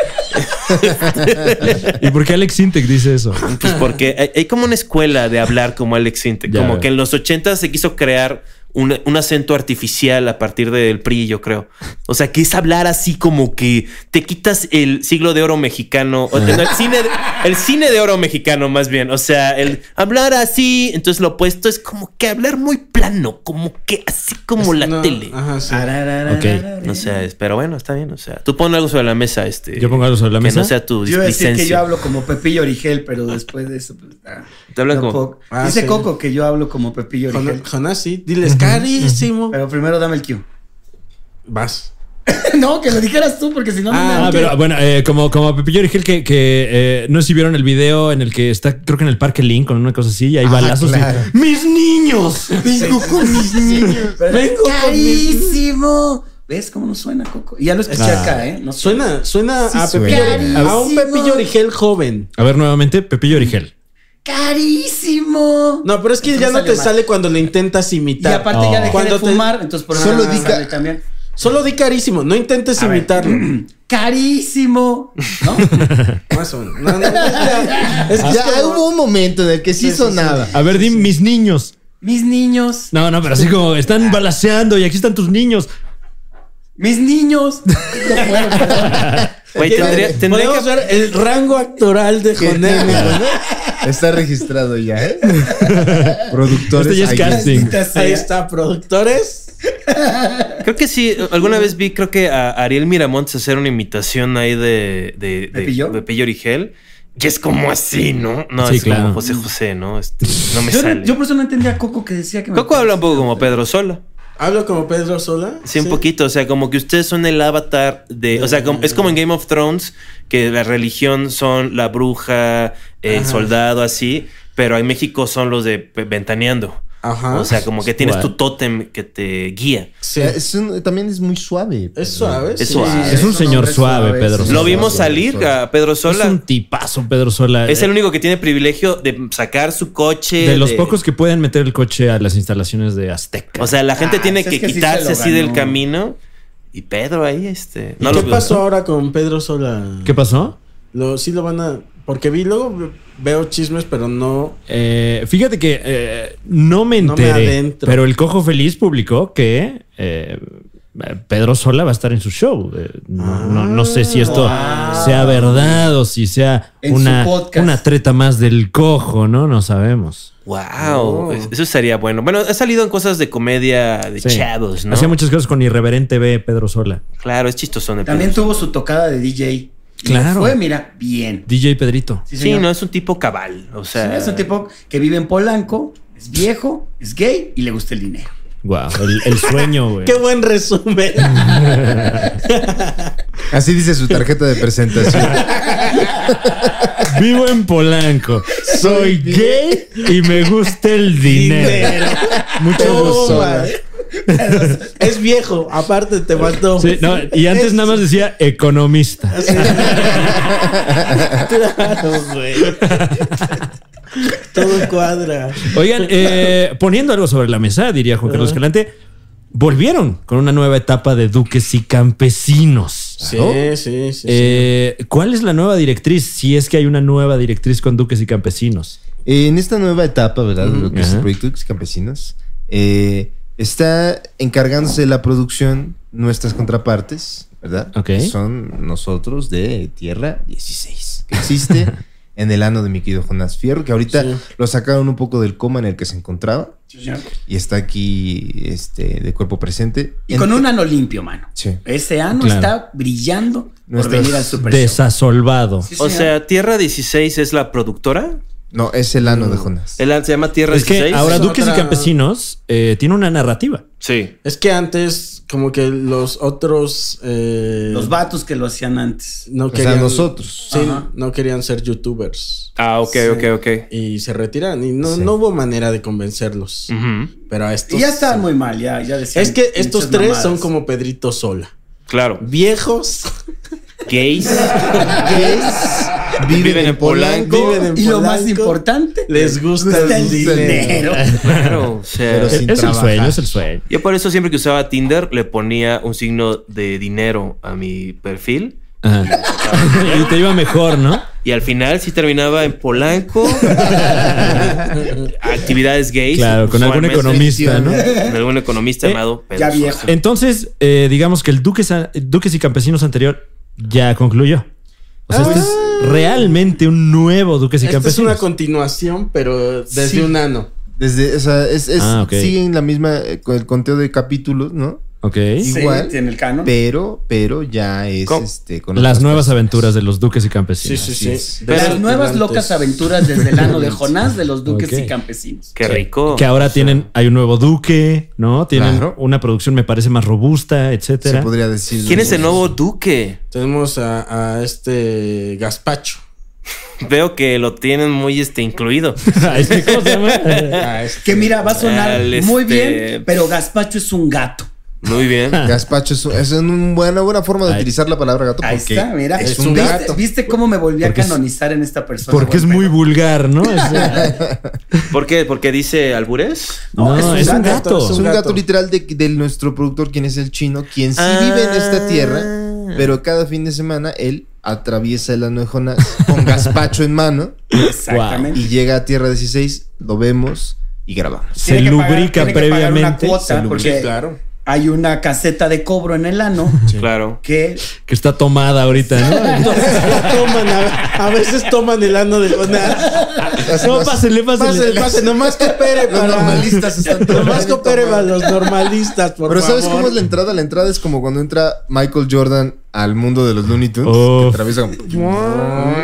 ¿Y por qué Alex Sintek dice eso?
Ah.
Pues porque hay, hay como una escuela de hablar como Alex Sintek.
Ya
Como
veo.
que en los 80 se quiso crear un, un acento artificial a partir del PRI, yo creo. O sea, que es hablar así como que te quitas el siglo de oro mexicano. o- no, el, cine de, el cine de oro mexicano, más bien. O sea, el hablar así. Entonces, lo opuesto es como que hablar muy plano, como que así como la
No,
tele. Ah,
Ajá, sí.
Arararararara.
No sé, es- pero bueno, está bien. O sea, tú pon algo sobre la mesa, este.
Yo pongo algo sobre la
que
mesa.
no sea tu
Yo iba a decir que yo
displicencia.
hablo como Pepillo Origel, pero después de eso, pues. ah,
Te hablan como-
tampoco.
Ah,
Dice
sí.
Coco que yo hablo como Pepillo
Jon-
Origel.
Jonás, sí. Diles carísimo.
Pero primero dame el cue.
Vas.
no, que lo dijeras tú, porque si no, no me
Ah,
dan
pero
cue.
bueno, eh, como, como Pepillo Origel, que, que, eh, no sé si vieron el video en el que está, creo que en el Parque Lincoln, una cosa así, y
Ah,
hay balazos. y-
claro.
¡Mis niños!
Vengo con mis niños.
Vengo con mis-
Carísimo. ¿Ves cómo no suena, Coco? Y ya lo escuché
Ah.
acá, ¿eh? No suena.
Suena, suena a,
suena.
Pepillo- a un
Carísimo.
Pepillo Origel joven.
A ver, nuevamente, Pepillo Origel.
carísimo.
No, pero es que
Eso
ya
me
no
salió
te
mal.
sale cuando le intentas
Y
imitar.
aparte ya dejé
Cuando
de
te-
fumar, entonces por
Solo
me
diga-
sale también.
Solo di carísimo, no intentes
A ver.
imitarlo.
Carísimo. ¿No?
Más o menos. No, no, es ya- es
Ya
como-
hubo un momento en el que sí, sonaba.
A ver, di mis niños.
Mis niños.
No, no, pero así como
Ah.
están balaseando y aquí están tus niños.
Mis niños. No puedo, perdón.
Güey, tendría, tendría
Podemos
que.
ver el rango actoral de
Que
Jonel.
tiene, ¿no? Está registrado ya, ¿eh? Productores.
Este ya es
ahí
casting.
está.
Ahí está, productores.
Creo que sí. Alguna vez vi, creo que a Ariel Miramontes hacer una imitación ahí de. ¿De, de,
Pillo?
de Pillo Origel. Y es como así, ¿no? No,
Sí,
es
claro.
como José José, ¿no? Este, no me
Yo,
sale.
no- yo por eso no entendía a Coco que decía que me.
Coco habla un poco como Pedro Sola.
Hablo como Pedro Sola.
Sí, un poquito. O sea, como que ustedes son el avatar de. O sea, como- es como en Game of Thrones, que la religión son la bruja, el soldado, así. Pero en México son los de pe- ventaneando.
Ah.
Ajá.
O sea, como que tienes tu
What?
tótem que te guía.
Sí. Es,
Es un- también es muy suave.
suave.
Es
sí.
suave.
Es un
un
señor
hombre
suave,
suave,
Pedro
sí.
Sola.
Lo vimos
Sola,
salir
Sola.
a Pedro
Es
Sola.
un tipazo, Pedro Sola.
Es el
Eh,
único que tiene privilegio de sacar su coche.
de los pocos que pueden meter el coche a las instalaciones de Azteca.
O sea, la gente
Ah,
tiene
es
que,
que sí se
quitarse
lo
así del
ganó.
camino. Y Pedro ahí, este.
¿Y ¿Qué pasó ahora con Pedro Sola?
¿Qué pasó?
Lo, sí lo van a. Porque vi, luego veo chismes, pero no.
Eh, fíjate que eh, no me
No me
enteré,
adentro.
pero el Cojo Feliz publicó que eh, Pedro Sola va a estar en su show. Eh, no, no- no sé si esto sea verdad o si sea
En
una,
su podcast.
una treta más del Cojo, ¿no? No sabemos.
Wow, eso estaría bueno. Bueno, ha salido en cosas de comedia de
Sí.
chavos, ¿no?
Hacía muchas cosas con Irreverente B, Pedro Sola.
Claro, es chistosón el
También
Pedro.
tuvo su tocada de DJ. Y
Claro.
le Fue, mira, bien.
DJ Pedrito.
Sí,
Sí,
señor.
no, es un tipo cabal. O sea,
Sí, es un tipo que vive en Polanco, es viejo, es gay y le gusta el dinero.
Wow, el, el sueño, güey.
¡Qué buen resumen!
Así dice su tarjeta de presentación.
Vivo en Polanco. Soy gay y me gusta el dinero. Mucho
Toma.
gusto.
Oh, es viejo, aparte te faltó.
Sí, no, y antes
Es-
nada más decía economista.
Claro, güey.
pues.
Todo cuadra.
Oigan, eh, poniendo algo sobre la mesa, diría Juan Carlos Calante, volvieron con una nueva etapa de duques y campesinos.
Sí,
¿no?
sí, sí.
Eh, ¿Cuál es la nueva directriz? Si es que hay una nueva directriz con duques y campesinos.
en esta nueva etapa, ¿verdad? De Lo que es
Ajá.
el proyecto Duques y Campesinos, eh, está encargándose de la producción nuestras contrapartes, ¿verdad?
Ok.
Que Son nosotros de Tierra 16, que existe en el ano de mi querido Jonás Fierro, que ahorita
Sí.
lo sacaron un poco del coma en el que se encontraba y está aquí este, de cuerpo presente.
Y con
Ent-
un ano limpio, mano.
Sí.
Ese ano
Claro.
está brillando por
Nuestras
venir al Super Show.
Desasolvado.
Sí,
o
señor.
sea, Tierra 16 es la productora.
No, es el ano de Jonás.
Él se llama Tierra
Es que
16.
ahora
Es
duques y
otra-
campesinos eh, tiene una narrativa.
Sí.
Es que antes, como que los otros. eh,
los vatos que lo hacían antes.
no
o sea,
querían,
nosotros.
Sí,
Ajá.
no querían ser youtubers.
Ah, ok, ok, ok.
Y se retiran. Y no,
Sí. Mm.
no hubo manera de convencerlos.
Ujú,
Pero a estos.
Y ya estaban muy mal, ya, ya decían.
Es que estos
muchas
tres
mamadas.
son como Pedrito Sola.
Claro.
Viejos.
Gays.
Gays viven, en Polanco.
viven en
Y lo más
Polanco,
importante,
Les gusta
está
el dinero.
Claro. O sea,
Pero
Es
sin
el
trabajar.
sueño, es el sueño.
yo por eso siempre que usaba Tinder le ponía un signo de dinero a mi perfil.
Ajá. y te iba mejor, ¿no?
Y al final sí terminaba en Polanco. actividades gays.
Claro, con algún
usualmente.
economista, ¿no?
Con algún economista pues,
Eh,
llamado Pedro
ya
Sola.
viejo.
Entonces, eh, digamos que el Duques, Duques y Campesinos anterior ya concluyó. O sea, este es realmente un nuevo Duques y
Esta es
Campesinos.
una continuación, pero desde
Sí.
un ano.
Desde, o sea, es, es-
Ah, ok.
siguen la misma, eh, con el conteo de capítulos, ¿no?
ok.
Sí,
igual,
tiene el canon.
Pero, pero ya es
Con-
este, con
Las
otras
nuevas
personas.
aventuras de los Duques y
Sí,
Campesinos.
sí,
Así
sí.
es.
De
Las
los
nuevas
gigantes.
locas aventuras desde el ano de Jonás de los duques
Ok.
y campesinos.
Qué rico.
Que ahora tienen, hay un nuevo Duque, ¿no? Tienen
Claro.
una producción, me parece, más robusta,
Se
etcétera.
podría decir.
¿Quién es el nuevo duque?
Tenemos a, a este Gaspacho.
Veo que lo tienen muy este incluido.
Este, ¿Cómo se llama?
A este-
Que mira, va a sonar
Al,
muy
este-
bien, pero Gaspacho es un gato.
Muy bien.
Gazpacho es, es un- una buena forma de
Ahí-
utilizar la palabra gato
Ahí
porque
está, mira.
es un
¿Viste,
gato.
¿Viste cómo me volví
Porque
a
es-
canonizar en esta persona?
Porque es
güey?
muy vulgar, ¿no? Es,
¿Por qué? ¿Porque dice albures?
no, es un, gato.
Es un gato literal de, de nuestro productor, quien es el chino, quien sí
Ah.
vive en esta tierra, pero cada fin de semana él atraviesa el anuejonas con gazpacho en mano
Exactamente.
y llega a Tierra 16, lo vemos y grabamos.
Se
Tiene que pagar-
lubrica
tiene que pagar una
previamente.
cuota
se lubrica.
porque hay una caseta de cobro en el ano
Claro.
que
Que está tomada ahorita, ¿no?
Toman, a, a veces toman el ano de nada.
No, pásenle,
Pase,
pásenle.
pase, nomás coopere
Los
para
normalistas están
Nomás
tomando y
coopere
tomando.
para los normalistas, por
Pero
favor.
¿sabes cómo es la entrada? La entrada es como cuando entra Michael Jordan al mundo de los Looney Tunes.
Oh.
Que atraviesa como...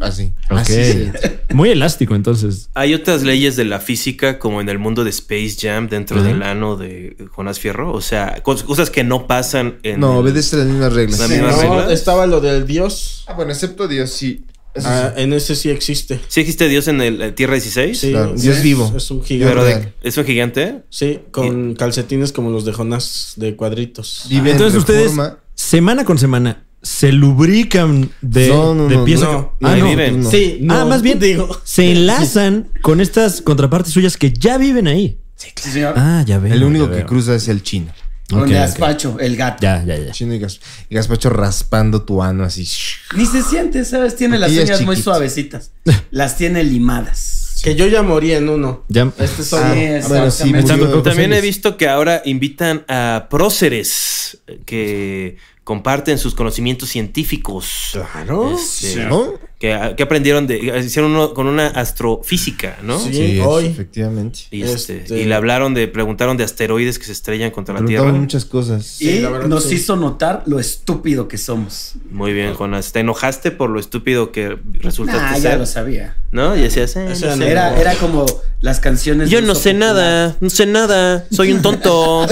Así. Así se-
Muy elástico, entonces.
Hay otras leyes de la física, como en el mundo de Space Jam, dentro
Ajá.
del ano de Jonás Fierro. O sea, cos- cosas que no pasan en.
No,
el-
obedece las mismas reglas.
La
Sí,
misma
no,
regla.
estaba lo del dios.
Ah, bueno, excepto Dios, sí. Eso sí.
Ah, en ese sí existe.
¿Sí existe Dios en el en Tierra 16?
Sí,
Claro,
sí,
dios
es-
vivo.
Es un gigante.
Pero de-
real.
¿Es un gigante?
Sí, con calcetines como los de Jonás de cuadritos.
Vive en
Entonces ustedes,
Reforma.
semana con semana, se lubrican de,
No, no,
de
no,
pieza.
no.
ah,
Ahí
no.
viven.
no.
Sí, no,
ah, más bien,
digo.
se enlazan con estas contrapartes suyas que ya viven ahí.
sí, señor,
Ah, ya veo.
El único
ya
que
veo.
cruza es el chino.
con
Ok,
el
ok.
gazpacho, el gato.
Ya, ya, ya.
Chino y, gas- y gazpacho raspando tu ano así.
Ni se siente, ¿sabes? Tiene las
Porque ya es
uñas muy
chiquito.
suavecitas. Las tiene limadas.
Que yo ya morí en uno.
Ya-
Este
Sí,
soy
bueno,
exactamente.
sí, murió.
También-
También he
Años.
visto que ahora invitan a próceres eh, que comparten sus conocimientos científicos.
Claro.
Este,
¿No?
que, que aprendieron de. Hicieron uno con una astrofísica, ¿no?
Sí.
es-
hoy.
Efectivamente.
Y, este,
Este-
y le hablaron de. Preguntaron de asteroides que se estrellan contra la Tierra.
Preguntaban muchas cosas.
Y
Sí, la verdad,
nos
sí.
hizo notar lo estúpido que somos.
Muy bien, Jonas. Te enojaste por lo estúpido que resultaste
Ah, ya
¿eh?
ser.
lo sabía.
¿No? Y decías, eh,
O
no
sea,
sé.
Era, era como las canciones.
Yo
de
no
Uso
sé
Popular.
nada, no sé nada, soy un tonto.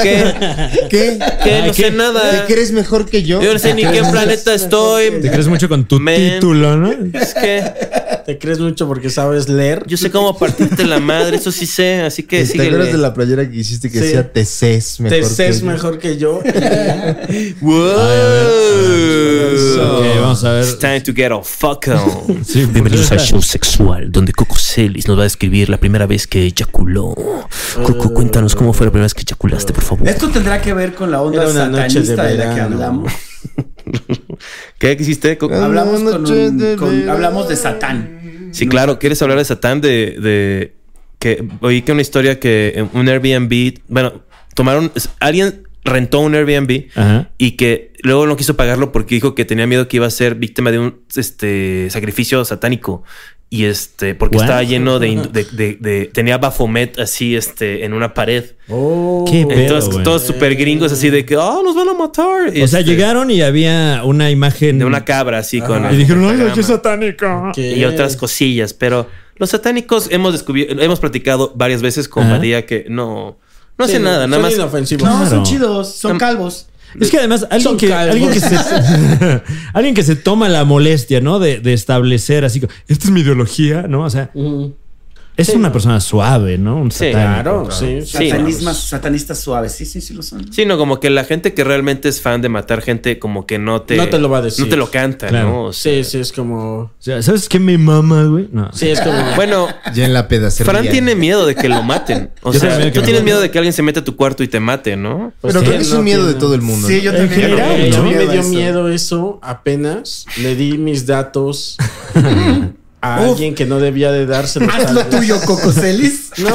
¿Qué?
¿Qué? Ah,
¿Qué? No
Ay, ¿qué?
sé nada.
¿Te crees mejor que yo?
Yo no sé ni
¿Te
qué
crees mucho-
planeta estoy.
Te crees mucho con tu
Men.
título, ¿no?
Es que
Te crees mucho porque sabes leer.
yo sé cómo partirte la madre, eso sí sé, así que
¿Te acuerdas de
síguele.
la playera que hiciste que
Sí.
decía Teces mejor?
Te
que
ses
yo"?
mejor que yo.
Wow.
Ah,
Ok, vamos a ver. pues,
It's time to get a fuck on.
Sí,
Bienvenidos
porque-
al show sexual, donde Coco Celis nos va a describir la primera vez que eyaculó. Coco, cuéntanos cómo fue la primera vez que eyaculaste, por favor.
Esto tendrá que ver con la onda
Era una noche de
satanista de, la que
verano.
hablamos.
¿Qué quisiste? Co-
Ah.
Hablamos,
Una
con
noche
un-
de
con-
verano.
hablamos de Satán.
Sí, claro, ¿quieres hablar de Satán? De, de que oí que una historia que en un Airbnb, bueno, tomaron, alguien rentó un Airbnb
Ajá.
y que luego no quiso pagarlo porque dijo que tenía miedo que iba a ser víctima de un este sacrificio satánico y este porque
What?
estaba lleno de, hindu- de- de- de- tenía Bafomet así este en una pared
Qué pedo,
entonces
güey.
todos super gringos así de que oh nos van a matar Este,
O
Este,
sea, llegaron y había una imagen
de una cabra así con
Y dijeron,
con
"Ay,
pentagrama".
qué satánico.
¿Qué?
y otras cosillas, pero los satánicos hemos descubierto, hemos platicado varias veces con
Ajá.
María que no, no hace
Sí,
nada, nada
son
más.
inofensivos.
No,
Claro.
son chidos, son calvos.
Es que además alguien
Son
que,
calvos.
alguien, que se, alguien que se toma la molestia, ¿no? De, de establecer así, como, esta es mi ideología, ¿no? O sea,
Ujú.
es
Sí,
una
no.
persona suave, ¿no? Un
Sí,
satánico.
Claro, sí.
Sí.
Satanismas, satanistas suaves. Sí, sí, sí lo son.
Sino como que la gente que realmente es fan de matar gente, como que no te,
No te lo va a decir.
No te lo canta,
Claro.
¿no? O sea,
Sí, sí, es como.
O sea, ¿sabes qué me mama, güey? No.
Sí, es como.
Bueno,
Ya en la pedacería.
Fran tiene miedo de que lo maten. O
Yo
sea,
también
tú
que me
tienes
maten.
miedo de que alguien se meta a tu cuarto y te mate, ¿no?
pues
Pero creo
él
que es un
no
miedo de
tiene-
todo el mundo.
Sí, yo
En
también.
general,
le tengo
A
¿no?
mí me
miedo a
dio
eso.
miedo eso apenas. Le di mis datos a
Uf.
alguien que no debía de dárselos.
Haz
tal
lo
vez.
tuyo, Cocoselis.
No.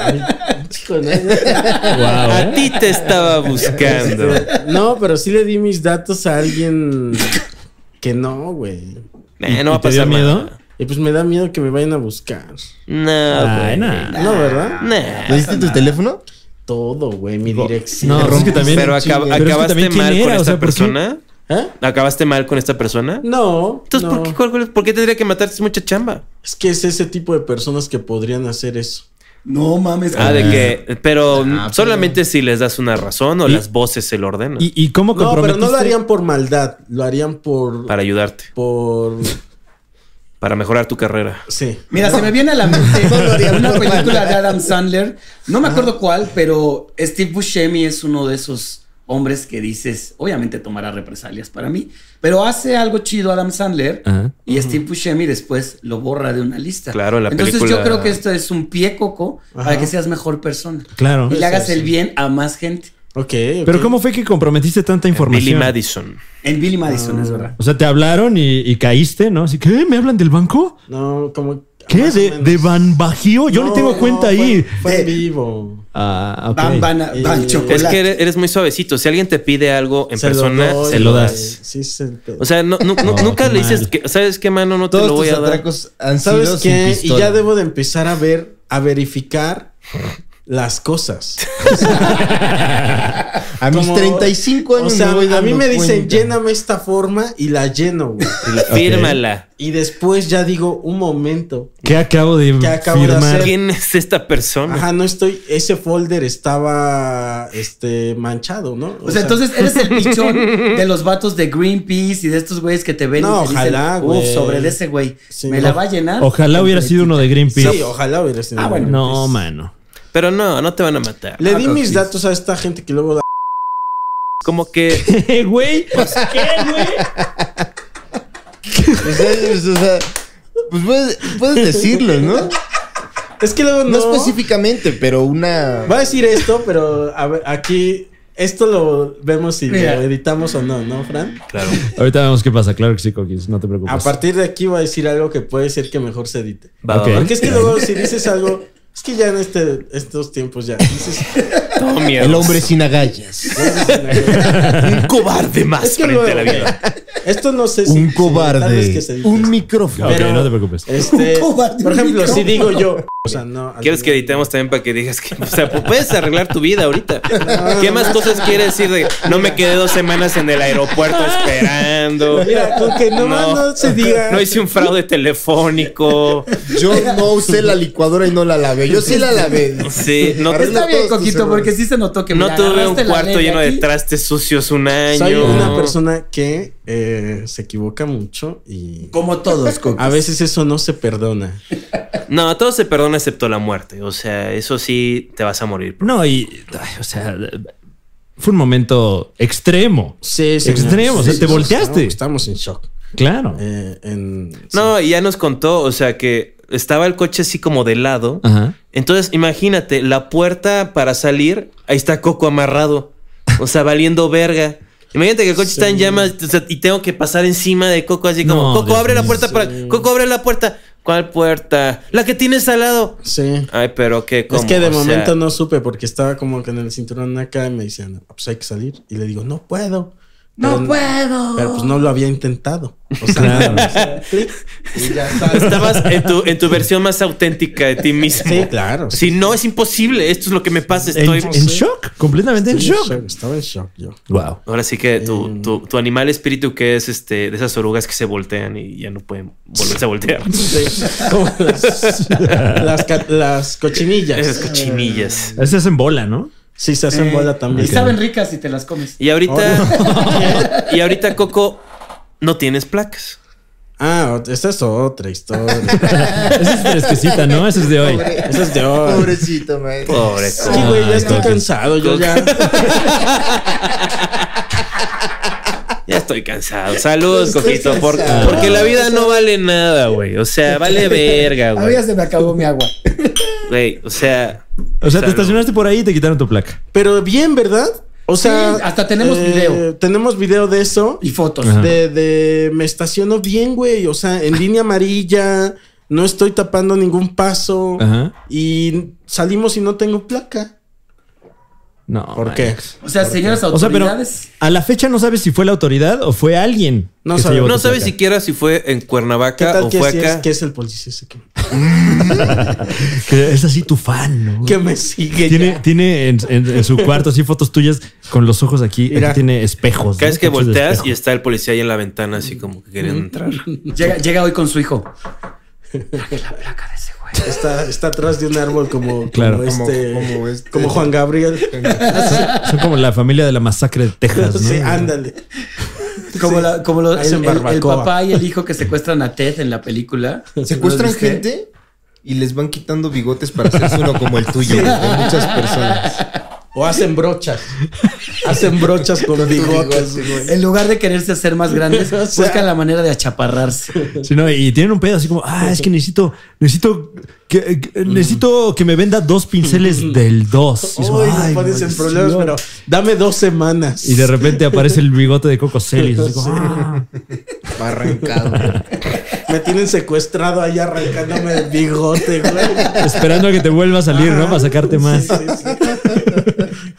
ay, chico, no.
Guau, ¿eh?
A ti te estaba buscando.
No, pero sí le di mis datos a alguien que no, güey.
Eh, no va
¿Y
a
te dio
pasar
miedo?
nada.
Y pues me da miedo que me vayan a buscar.
No,
Ay, Pues,
güey.
nah.
No, ¿verdad?
Nah.
¿Le diste tu teléfono?
Todo, güey, mi dirección.
No,
Pero
es que también.
Pero, acab-
Pero es que
acabaste
también, ¿quién
mal con
era? O
esta
sea, ¿por qué?
persona.
¿Eh?
¿Acabaste mal con esta persona?
No.
Entonces,
no.
¿por, qué, cuál- cuál- por qué tendría que matarte? Es mucha chamba.
Es que es ese tipo de personas que podrían hacer eso.
No mames.
Ah, de que. Pero
Ah, pero-
solamente si les das una razón o
Y-
las voces se lo ordenan
¿Y, y cómo
No, pero
comprometiste?
no lo harían por maldad, lo harían por.
para ayudarte.
por.
para mejorar tu carrera.
Sí.
Mira, se me viene a la mente
Gloria,
una
por
película
favor.
de Adam Sandler. No me acuerdo cuál, pero Steve Buscemi es uno de esos hombres que dices, obviamente tomará represalias para mí, pero hace algo chido Adam Sandler
Ajá.
y Steve Buscemi después lo borra de una lista.
Claro, en la
Entonces
película-
yo creo que esto es un pie coco para
Ajá.
que seas mejor persona
Claro.
y le hagas el
sí.
bien a más gente.
Ok. okay.
Pero ¿cómo fue que comprometiste tanta
Billy
información?
Madison.
En Billy Madison, es verdad.
o sea, te hablaron y, y caíste, ¿no? Así que, "Eh, ¿me hablan del banco?
No, como.
¿Qué?
más o
¿De,
menos.
de Van Bajío? Yo
No,
le tengo
no,
cuenta ahí.
Fue, fue en vivo.
Ah, ok.
Van, van, a- van
Y-
Es
chocolate.
que eres, eres muy suavecito. Si alguien te pide algo en
Se lo
persona,
doy,
se lo
güey.
das.
Sí, se te-
O sea, no, no- no-
No,
nunca
qué
le dices,
mal.
que, ¿sabes qué, mano? No te
Todos
lo voy
tus
a dar.
atracos han sido
¿Sabes
sin
qué? Y
pistola.
ya debo de empezar a ver, a verificar las cosas.
A mis
Como-
35
O
años
sea,
me voy
a mí
dando
me dicen,
cuenta.
lléname esta forma y la lleno, güey.
Fírmala.
Y después ya digo, un momento.
¿Qué acabo de
¿Qué acabo de
firmar?
hacer?
¿Quién es esta persona?
Ajá, no estoy, ese folder estaba, este, manchado, ¿no?
O sea, entonces eres el pichón de los vatos de Greenpeace y de estos güeyes que te ven
No,
y te
ojalá,
dicen,
güey.
"Uf, sobre de ese güey.
Sí,
me
no.
la va a llenar.
Ojalá hubiera sido uno de Greenpeace.
Sí, ojalá hubiera sido.
Ah, bueno.
no, mano.
Pero no, no te van a matar.
Le di
Ah,
mis
sí.
datos a esta gente que luego da.
Como que
Eh, güey, pues, ¿qué, güey?
O sea, pues, o sea, pues puedes, puedes decirlo, ¿no?
Es que luego
No,
no.
específicamente, pero una.
Va a decir esto, pero a ver, aquí, esto lo vemos si
Mira.
lo editamos o no, ¿no, Fran?
Ahorita vemos qué pasa. Claro que sí, Coquis, no te preocupes.
A partir de aquí va a decir algo que puede ser que mejor se edite.
Va, va,
Ok.
va.
Porque es que luego si dices algo, es que ya en este, estos tiempos ya dices,
Todo miedo.
El hombre sin agallas.
Un cobarde más
Es que
frente a
luego-
la vida.
esto no sé si-
Un
si tal vez
cobarde.
que se edite
Un
esto.
micrófono.
Ok,
pero-
no te preocupes.
Este,
Un cobarde,
por
un
ejemplo, si
micrófono.
digo yo, o sea, no.
¿Quieres que editemos también para que digas que... O sea, pues, puedes arreglar tu vida ahorita. ¿Qué más cosas quieres decir de... No me quedé dos semanas en el aeropuerto esperando.
Mira, con que nomás no, se diga.
No hice un fraude telefónico.
Yo no usé la licuadora y no la lavé. Yo sí la lavé.
Sí, no,
Arregla
Está bien,
todos tus
Coquito,
errores.
porque sí se notó que
no
mira,
tuve un
agarraste la
cuarto
ley
lleno de
aquí.
trastes sucios un año.
soy una persona que eh, se equivoca mucho y
Como todos, Coquito.
a veces eso no se perdona.
No, todo se perdona excepto la muerte. O sea, eso sí te vas a morir.
No, y, ay, o sea, fue un momento extremo.
Sí,
señor. Extremo, o sea, te volteaste.
Estamos, en shock.
Claro.
Eh, en-
No, y ya nos contó, o sea, que estaba el coche así como de lado.
Ajá.
Entonces, imagínate, la puerta para salir, ahí está Coco amarrado. O sea, valiendo verga. Imagínate que el coche está en llamas o sea, y tengo que pasar encima de Coco así como,
No,
Coco,
Dios
abre la
mío.
puerta para... Coco, abre la puerta. ¿Cuál puerta? La que tienes al lado.
Sí.
Ay, pero que...
Es que de momento no supe porque estaba como que en el cinturón acá y me decían, "Ah, pues hay que salir. Y le digo, no puedo.
No
Pero-
puedo.
Pero pues no lo había intentado. O sea,
Claro.
o sea, clic, y ya sale.
Estabas en tu, en tu versión más auténtica de ti mismo.
Sí, claro.
Si no, es imposible. Esto es lo que me pasa.
En,
Estoy...
en shock, completamente en
Estaba
shock.
Estaba en shock yo.
Wow.
Ahora sí que tu, tu, tu animal espíritu que es este de esas orugas que se voltean y ya no pueden volverse a voltear.
Como las, las ca- las
Esas
cochinillas.
cochinillas.
Ese es en bola, ¿no?
Sí, se
Eh,
hacen bola también.
Y saben ricas si te las comes.
Y ahorita, y ahorita Coco, no tienes placas.
Ah, ot- esta es otra historia.
Esa es fresquecita, ¿no? Ese es de hoy.
Esa es de hoy.
Pobrecito, man.
Pobre
Es que, güey,
Ay,
ya estoy
no.
cansado. Yo ya.
Ya estoy cansado. Saludos, Coquito. por-
cansado.
porque la vida no vale nada, güey. O sea, vale verga,
A mí ya
güey.
se me acabó mi agua.
Güey, o sea.
O sea,
salud.
te estacionaste por ahí y te quitaron tu placa.
Pero bien, ¿verdad? O sea. eh,
Sí, hasta tenemos video.
Tenemos video de eso.
Y fotos.
Ajá.
De, de me estaciono bien, güey. O sea, en línea amarilla. No estoy tapando ningún paso.
Ajá.
Y salimos y no tengo placa.
No.
¿Por
man.
qué?
O sea, señoras
O sea, pero
autoridades.
a la fecha no sabes si fue la autoridad o fue alguien.
No
que se
sabe-
llevó
No
tu
sabes
placa.
siquiera si fue en
¿Qué
Cuernavaca
tal
o
que,
fue
sí es,
acá.
que es el policía ese que,
Que es así tu fan, ¿no?
que me sigue?
Tiene,
ya?
tiene en, en- en su cuarto así fotos tuyas con los ojos aquí. aquí
Mira.
tiene espejos.
Cada vez
¿no?
que
Cachos de
volteas
espejo.
y está el policía ahí en la ventana, así como que queriendo entrar.
Llega, llega hoy con su hijo.
Está, está atrás de un árbol como,
Claro.
como, este,
Como-
como,
como este.
Juan Gabriel.
Son como la familia de la masacre de Texas, ¿no?
Sí, ándale.
Como, la- como lo- el,
Hacen
el- el
barbacoa.
papá y el hijo que secuestran a Ted en la película.
Secuestran
¿Lo viste?
gente y les van quitando bigotes para hacerse uno como el tuyo, güey, de muchas personas.
O hacen brochas. hacen brochas con bigotes, güey.
En lugar de quererse hacer más grandes,
O sea-
buscan la manera de achaparrarse.
Sí, no, y tienen un pedo así como, ah, es que necesito, necesito, que, eh, que-
Mm.
necesito que me venda dos pinceles del 2.
Uy, me pones en problemas, pero dame dos semanas.
Y de repente aparece el bigote de Coco Celis. así como, ah.
Arrancado.
Me tienen secuestrado ahí arrancándome el bigote, güey.
Esperando a que te vuelva a salir, ¿no? Para sacarte más.
Ah, Sí, sí, sí.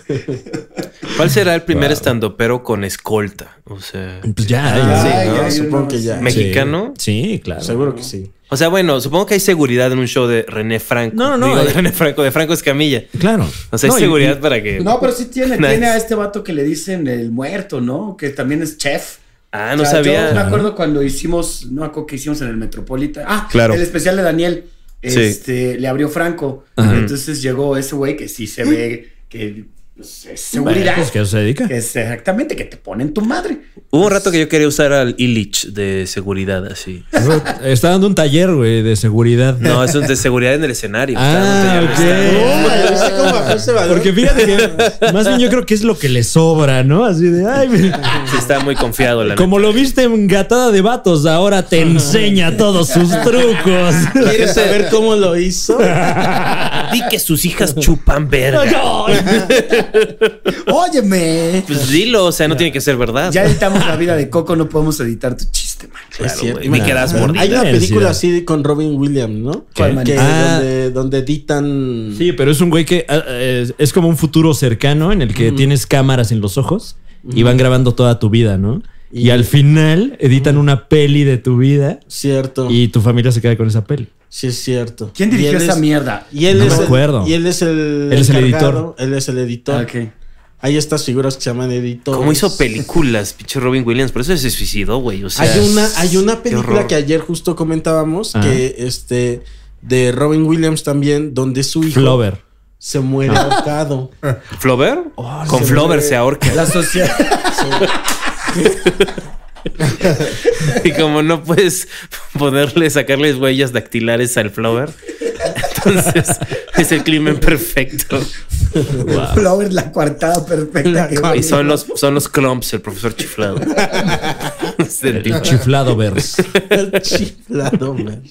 ¿Cuál será el primer estando pero con escolta? O sea,
Pues ya,
Sí,
ya.
¿no?
hay
Supongo
unos-
que ya.
Mex- Ah, ¿Mexicano?
Sí, sí, claro.
Seguro que sí.
o sea, bueno, supongo que hay seguridad en un show de René Franco.
No, no, no,
Digo, de
eh.
René Franco, de Franco Escamilla.
Claro.
O sea, hay
No, y-
seguridad para que.
No, pero sí tiene,
Nice.
tiene a este vato que le dicen el muerto, ¿no? Que también es chef.
Ah, no
O sea, Yo me
sabía.
acuerdo cuando hicimos, no me acuerdo que hicimos en el Metropolitan. Ah,
Claro.
El especial de Daniel.
Sí.
Este, le abrió Franco.
Ajá.
Entonces llegó ese güey que sí se ve que pues, es seguridad.
Pues, ¿qué se dedica?
que es exactamente, que te ponen tu madre.
Hubo un rato que yo quería usar al Illich de seguridad, así.
Está dando un taller, güey, de seguridad.
No, eso es de seguridad en el escenario.
Ah,
Claro,
ok.
está-
Tómala, ¿viste cómo bajó ese valor?
Porque fíjate que más bien yo creo que es lo que le sobra, ¿no? Así de, ay, me-
Sí, está muy confiado, la
Como
neta.
lo viste en Gatada de Vatos, ahora te enseña todos sus trucos.
¿Quieres saber cómo lo hizo?
Di que sus hijas chupan verga.
Óyeme.
Pues dilo, o sea, no tiene que ser verdad.
Ya editamos la vida de Coco, no podemos editar tu chiste, man.
Claro,
Es cierto.
güey. Ni
Nah.
quedas
Hay
mordida.
una película
Densidad.
así con Robin Williams, ¿no?
¿Cuál, man?
Que
Ah.
donde, donde editan.
Sí, pero es un güey que ah, es, es como un futuro cercano en el que tienes cámaras en los ojos y van grabando toda tu vida, ¿no? Y,
Y-
al final editan una peli de tu vida
Cierto.
y tu familia se queda con esa peli.
Sí, es cierto.
¿Quién
Y
dirigió
él
esa
es-
mierda?
Y él
No
es
me
el-
acuerdo.
Y él es el.
Él es el
encargado, Él es el editor.
Ok.
Hay estas figuras que se llaman editores.
Como hizo películas, pinche Robin Williams. Por eso se suicidó, güey. O sea,
Hay una, hay una
qué
película
horror.
que ayer justo comentábamos
Ajá.
que este de Robin Williams también, donde su hijo
Flover.
se muere ahorcado.
¿Flover? Ah. Con
se
Flover
me-
se ahorca.
La sociedad.
Y como no puedes ponerle, sacarles huellas dactilares al Flover, entonces es el crimen perfecto.
Flower, la coartada perfecta. que-
Y son los, son los clumps, el profesor chiflado. Es el
El
tipo.
chiflado verse.
Chiflado, man.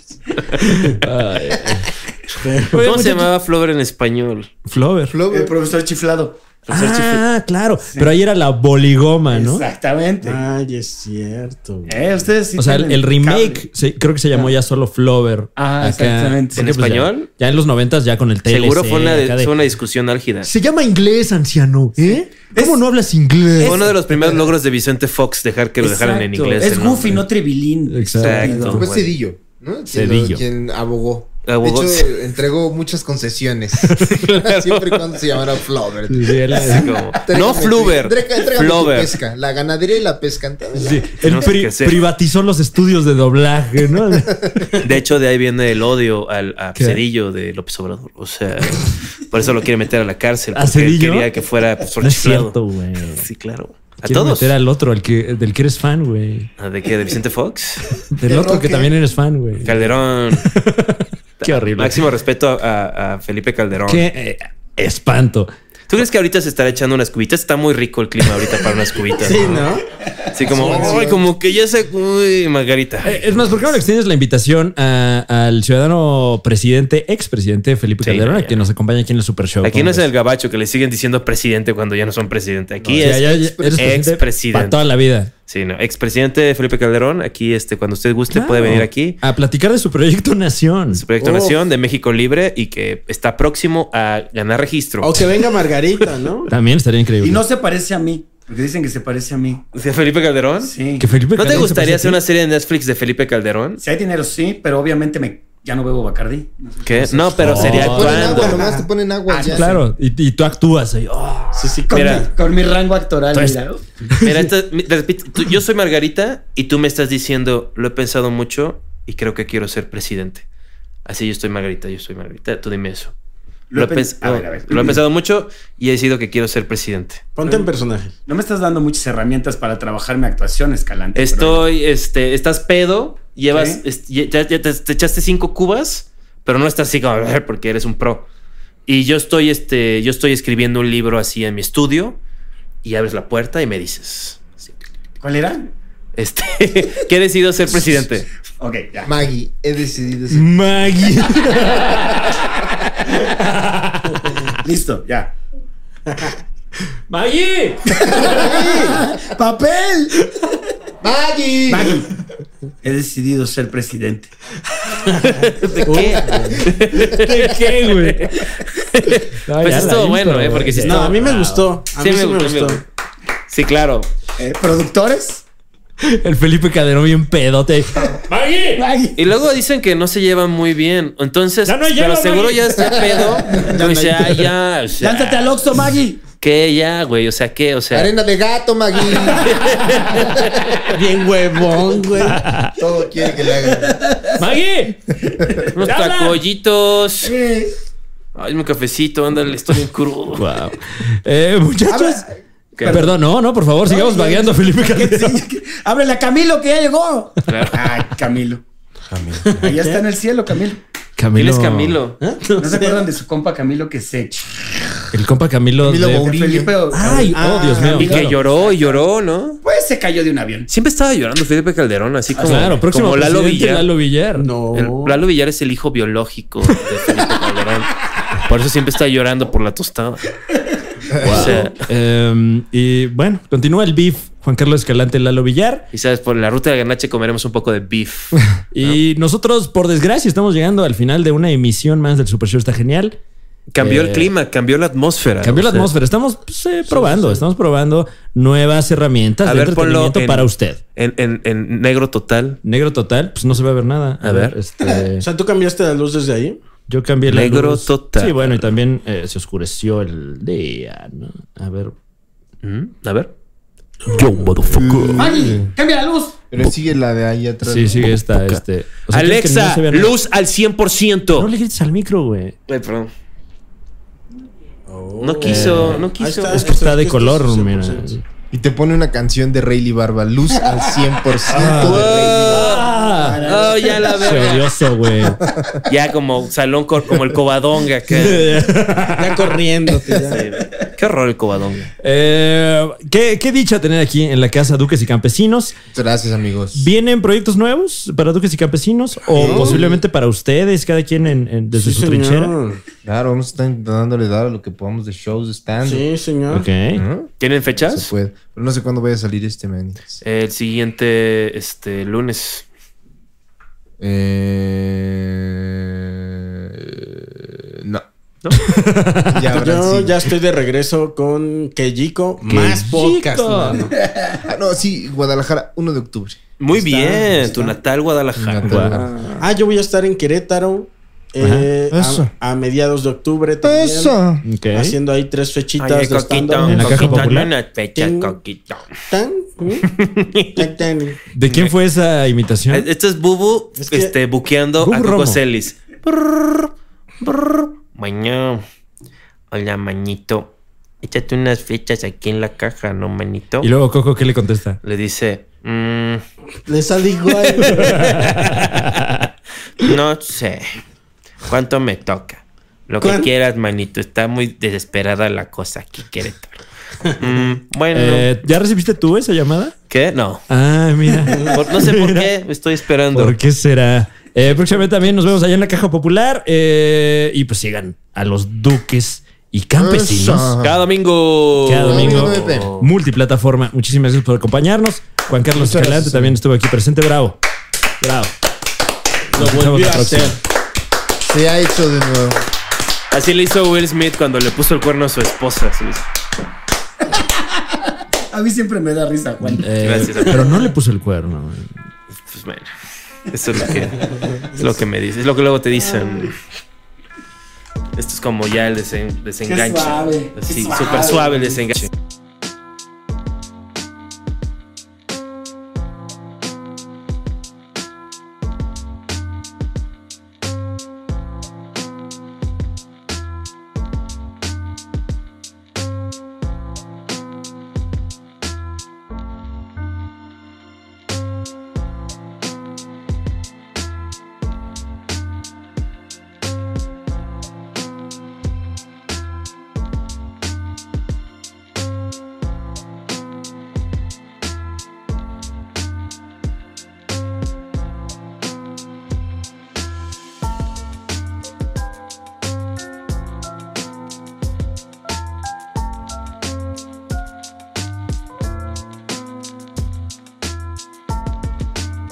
¿Cómo se llamaba Flover en español?
Flover.
El profesor chiflado.
Ah, claro. Pero ahí era la boligoma, ¿no?
Exactamente.
Ay, es cierto. güey.
Eh, ustedes sí
O sea, el,
tienen
el remake
cable.
se- creo que se llamó ya solo Flover.
Ah, exactamente.
Porque, pues,
¿En
ya-
español?
Ya, en los noventas ya con el TLC.
Seguro fue una,
acá
de-
de-
fue una discusión álgida.
Se llama inglés, anciano, ¿eh? ¿Cómo no hablas inglés?
Este,
Fue uno de los primeros logros de Vicente Fox dejar que lo dejaran en
Exacto.
inglés.
Es
el
Goofy,
nombre.
no Tribilín.
Exacto.
Fue
Bueno.
Cedillo, ¿no? Quien
Cedillo.
lo- Quien abogó.
Abogó.
De hecho, entregó muchas concesiones. Siempre y cuando se llamara Flover.
Sí, sí, él-
Así como,
Entrégame
no
tu-
Fluver,
entrega- entrégame tu
Flover.
pesca, la ganadería y la pesca. entonces,
sí, él
Tenemos que
pri-
hacer.
privatizó los estudios de doblaje, ¿no?
De hecho, de ahí viene el odio al a
¿Qué?
Cedillo de López Obrador. O sea, por eso lo quiere meter a la cárcel.
¿A
porque él
Cedillo?
Quería que fuera profesor
No es
chiflado.
cierto, güey.
Sí, claro. A
Quiero
todos.
meter al otro, al que, del que eres fan, güey.
¿Ah, ¿De qué? ¿De Vicente Fox?
Del ¿eh? otro que también eres fan, güey.
Calderón.
Qué horrible.
Máximo respeto a, a- a Felipe Calderón.
Qué eh, espanto.
¿Tú crees que ahorita se estará echando unas cubitas? Está muy rico el clima ahorita para unas cubitas.
Sí, ¿no?
Sí, como, "Ay, como que ya se. Uy, Margarita.
Eh, Es más, ¿por qué no le extiendes la invitación a- al ciudadano presidente, expresidente Felipe
Sí,
Calderón,
no,
a
ya.
que nos acompaña aquí en el Super Show?
Aquí
¿Cómo
no es
ves?
el gabacho que le siguen diciendo presidente cuando ya no son presidente. Aquí
Sí,
es.
ya- ya- eres presidente
expresidente.
Para toda la vida.
Sí, no. Expresidente Felipe Calderón, aquí, este, cuando usted guste, puede
Claro.
venir aquí.
A platicar de su proyecto Nación.
Su proyecto Nación de México Libre y que está próximo a ganar registro.
O que venga Margarita, ¿no?
También estaría increíble.
Y no se parece a mí. Porque dicen que se parece a mí.
¿Sí, Felipe Calderón?
Sí.
Que Felipe
¿No te
Calderón se
gustaría
parece a
hacer
ti.
una serie de Netflix de Felipe Calderón?
Si hay dinero, sí, pero obviamente me, ya no bebo Bacardí.
¿Qué? No, pero
Oh.
sería
Te
Pues
ponen agua,
cuando.
nomás te ponen agua. ya.
Claro, y, y tú actúas ahí. oh,
Sí, sí,
Con,
Mira.
mi, con mi rango actoral,
Entonces-
mira.
Mira, esta- mi- te repito, tú- yo soy Margarita y tú me estás diciendo, lo he pensado mucho y creo que quiero ser presidente. Así yo estoy Margarita, yo soy Margarita. Tú dime eso. Lo he,
pen-
pens-
a ver, a ver.
lo he pensado mucho y he decidido que quiero ser presidente.
Ponte en personaje.
No me estás dando muchas herramientas para trabajar mi actuación, Escalante. pero-
Estoy, este, estás pedo, llevas,
Sí.
est- ya- ya te, te echaste cinco cubas, pero no estás así como "Arr", porque eres un pro. Y yo estoy, este, yo estoy escribiendo un libro así en mi estudio y abres la puerta y me dices, sí,
¿Cuál era?
este, que he decidido ser presidente.
Ok, ya.
Maggie, he decidido ser-
Maggie.
Listo, ya.
Maggie.
¡Papel!
¡Maggie!
Maggie, he decidido ser presidente.
¿De qué?
¿De qué, güey? No,
Pues
ya
estuvo
la
bueno,
intro,
eh, porque sí
güey.
estuvo-
No, a mí me gustó. A
Sí,
mí
me
sí me
gustó, me
gustó.
gustó. Sí, claro.
Eh, ¿Productores?
El Felipe Calderón bien pedote. ¡Maggie!
Maggie.
Y luego dicen que no se llevan muy bien. Entonces,
Ya no
pero
llevan,
seguro
güey.
ya es ya pedo.
no
o sea,
llevan.
ya, o sea,
Lánzate al Oxxo, Maggie.
¿qué ya, güey? O sea, ¿qué? O sea,
Arena de gato, Maggie.
Bien huevón, güey.
Todo quiere que le hagan.
¡Maggie!
unos
¡Ya habla!
tacollitos.
Eh,
Ay, un cafecito, ándale, estoy bien crudo.
Wow. Eh, muchachos.
¿Qué?
Perdón, no, no, por favor, sigamos vagueando, Felipe Calderón.
Ábrele a Camilo, que ya llegó.
Claro.
Ay, Camilo. Camilo. Ya está en el cielo, Camilo.
¿Quién es Camilo?
Ah,
¿No se acuerdan de su compa Camilo que se...
El compa Camilo.
Camilo
de-
Bourillo.
Felipe o-
Ay, oh, Dios mío.
Y que
claro.
lloró y lloró, ¿no?
Pues se cayó de un avión.
Siempre estaba llorando Felipe Calderón, así como,
Ah, Claro, próximo
como Lalo
presidente,
Villar.
Lalo Oh. Villar.
No.
El- Lalo Villar es el hijo biológico de Felipe Calderón. Por eso siempre está llorando por la tostada. O sea,
Em, y bueno, continúa el beef. Juan Carlos Escalante, Lalo Villar.
y sabes, por la ruta de la ganache comeremos un poco de beef.
Y nosotros, por desgracia, estamos llegando al final de una emisión más del Super Show. Está genial.
Cambió
Eh,
el clima, cambió la atmósfera.
Cambió la
O sea,
atmósfera. Estamos pues, eh, probando, estamos probando nuevas herramientas
A
de
ver, ponlo
entretenimiento
en-
para usted.
En, en- en negro total.
Negro total, pues no se va a ver nada.
A ver.
este,
O sea, tú cambiaste la luz desde ahí.
yo cambié la
Negro
luz.
total.
Sí, bueno, y también eh, se oscureció el día. ¿no? A ver.
Mm, A ver.
Yo, motherfucker.
Maggie, cambia la luz.
Pero sigue la de ahí atrás.
Sí, sigue esta. Este, o sea, ¿quieres que no
Alexa,
se vea nada?
luz al 100%.
No le grites al micro, güey.
Ay, perdón. No quiso,
Oh.
no
Ahí
quiso.
Es que está de
Ah, esto
color,
es
mira.
100%.
Y te pone una canción de Rayleigh Barba. Luz al 100% de Rayleigh Barba.
Ah, oh, ya la
Se
veo.
odioso, güey.
ah,
Ya como salón, cor- como el cobadonga. Que,
Ya corriéndote. Ya.
qué horror el cobadonga.
Eh, ¿qué, qué dicha tener aquí en la casa Duques y Campesinos.
Gracias, amigos.
¿Vienen proyectos nuevos para Duques y Campesinos? ¿O posiblemente para ustedes, cada quien en- en- desde
Sí,
su trinchera?
señor.
Claro, vamos a estar intentándole dar a lo que podamos de shows de stand.
Sí, señor.
Ok.
¿Tienen
Se
fechas?
puede. Pero no sé cuándo vaya a salir este man.
El siguiente este, lunes.
Eh, no. ya, ahora
Yo
sí.
ya estoy de regreso con Keyiko. Más podcast, mano.
Ah, no, sí, Guadalajara, 1 de octubre.
Muy
Está,
bien,
está.
tu natal Guadalajara.
Guadalajara.
Ah, yo voy a estar en Querétaro. eh,
Ajá. Eso.
a, a mediados de octubre también.
Ok.
Haciendo ahí tres fechitas
Ay,
de
coquito,
stand-up.
En la caja
coquito,
popular.
no nos fechas,
Ting.
coquito.
Tan, ¿mm? Tan, tan.
¿De quién fue esa imitación?
Este es Bubu
Es que-
este, buqueando
Bubu
a Coco
Romo.
Celis. Brr, brr. Bueno, hola, manito. Échate unas fechas aquí en la caja, ¿no, manito?
Y luego Coco, ¿qué le contesta?
Le dice, mm,
Le sale igual. güey.
no sé cuánto me toca. Lo que
¿Cuán-
quieras, manito. Está muy desesperada la cosa aquí, Querétaro. Mm, bueno,
Eh, ¿Ya recibiste tú esa llamada?
¿qué? No.
Ah, mira.
Por- no sé por
Mira.
qué estoy esperando.
¿Por qué será? Eh, próximamente también nos vemos allá en la Caja Popular. eh, y pues sigan a los duques y campesinos.
Eso.
Cada domingo.
Cada domingo,
Domingo 9.
multiplataforma. Muchísimas gracias por acompañarnos. Juan Carlos
Muchas
Escalante
gracias.
también estuvo aquí presente. Bravo. Bravo. Nos escuchamos
volvió
la
a
próxima.
hacer.
Se ha hecho de nuevo.
Así le hizo Will Smith cuando le puso el cuerno a su esposa. Así le hizo.
A mí siempre me da risa, Juan.
Eh,
Gracias, amigo.
pero no le puso el cuerno. eh.
Pues bueno, eso es lo que, es lo que me dice, es lo que luego te dicen. Esto es como ya el desen- desenganche.
suave, qué
Así,
suave.
súper suave el desenganche.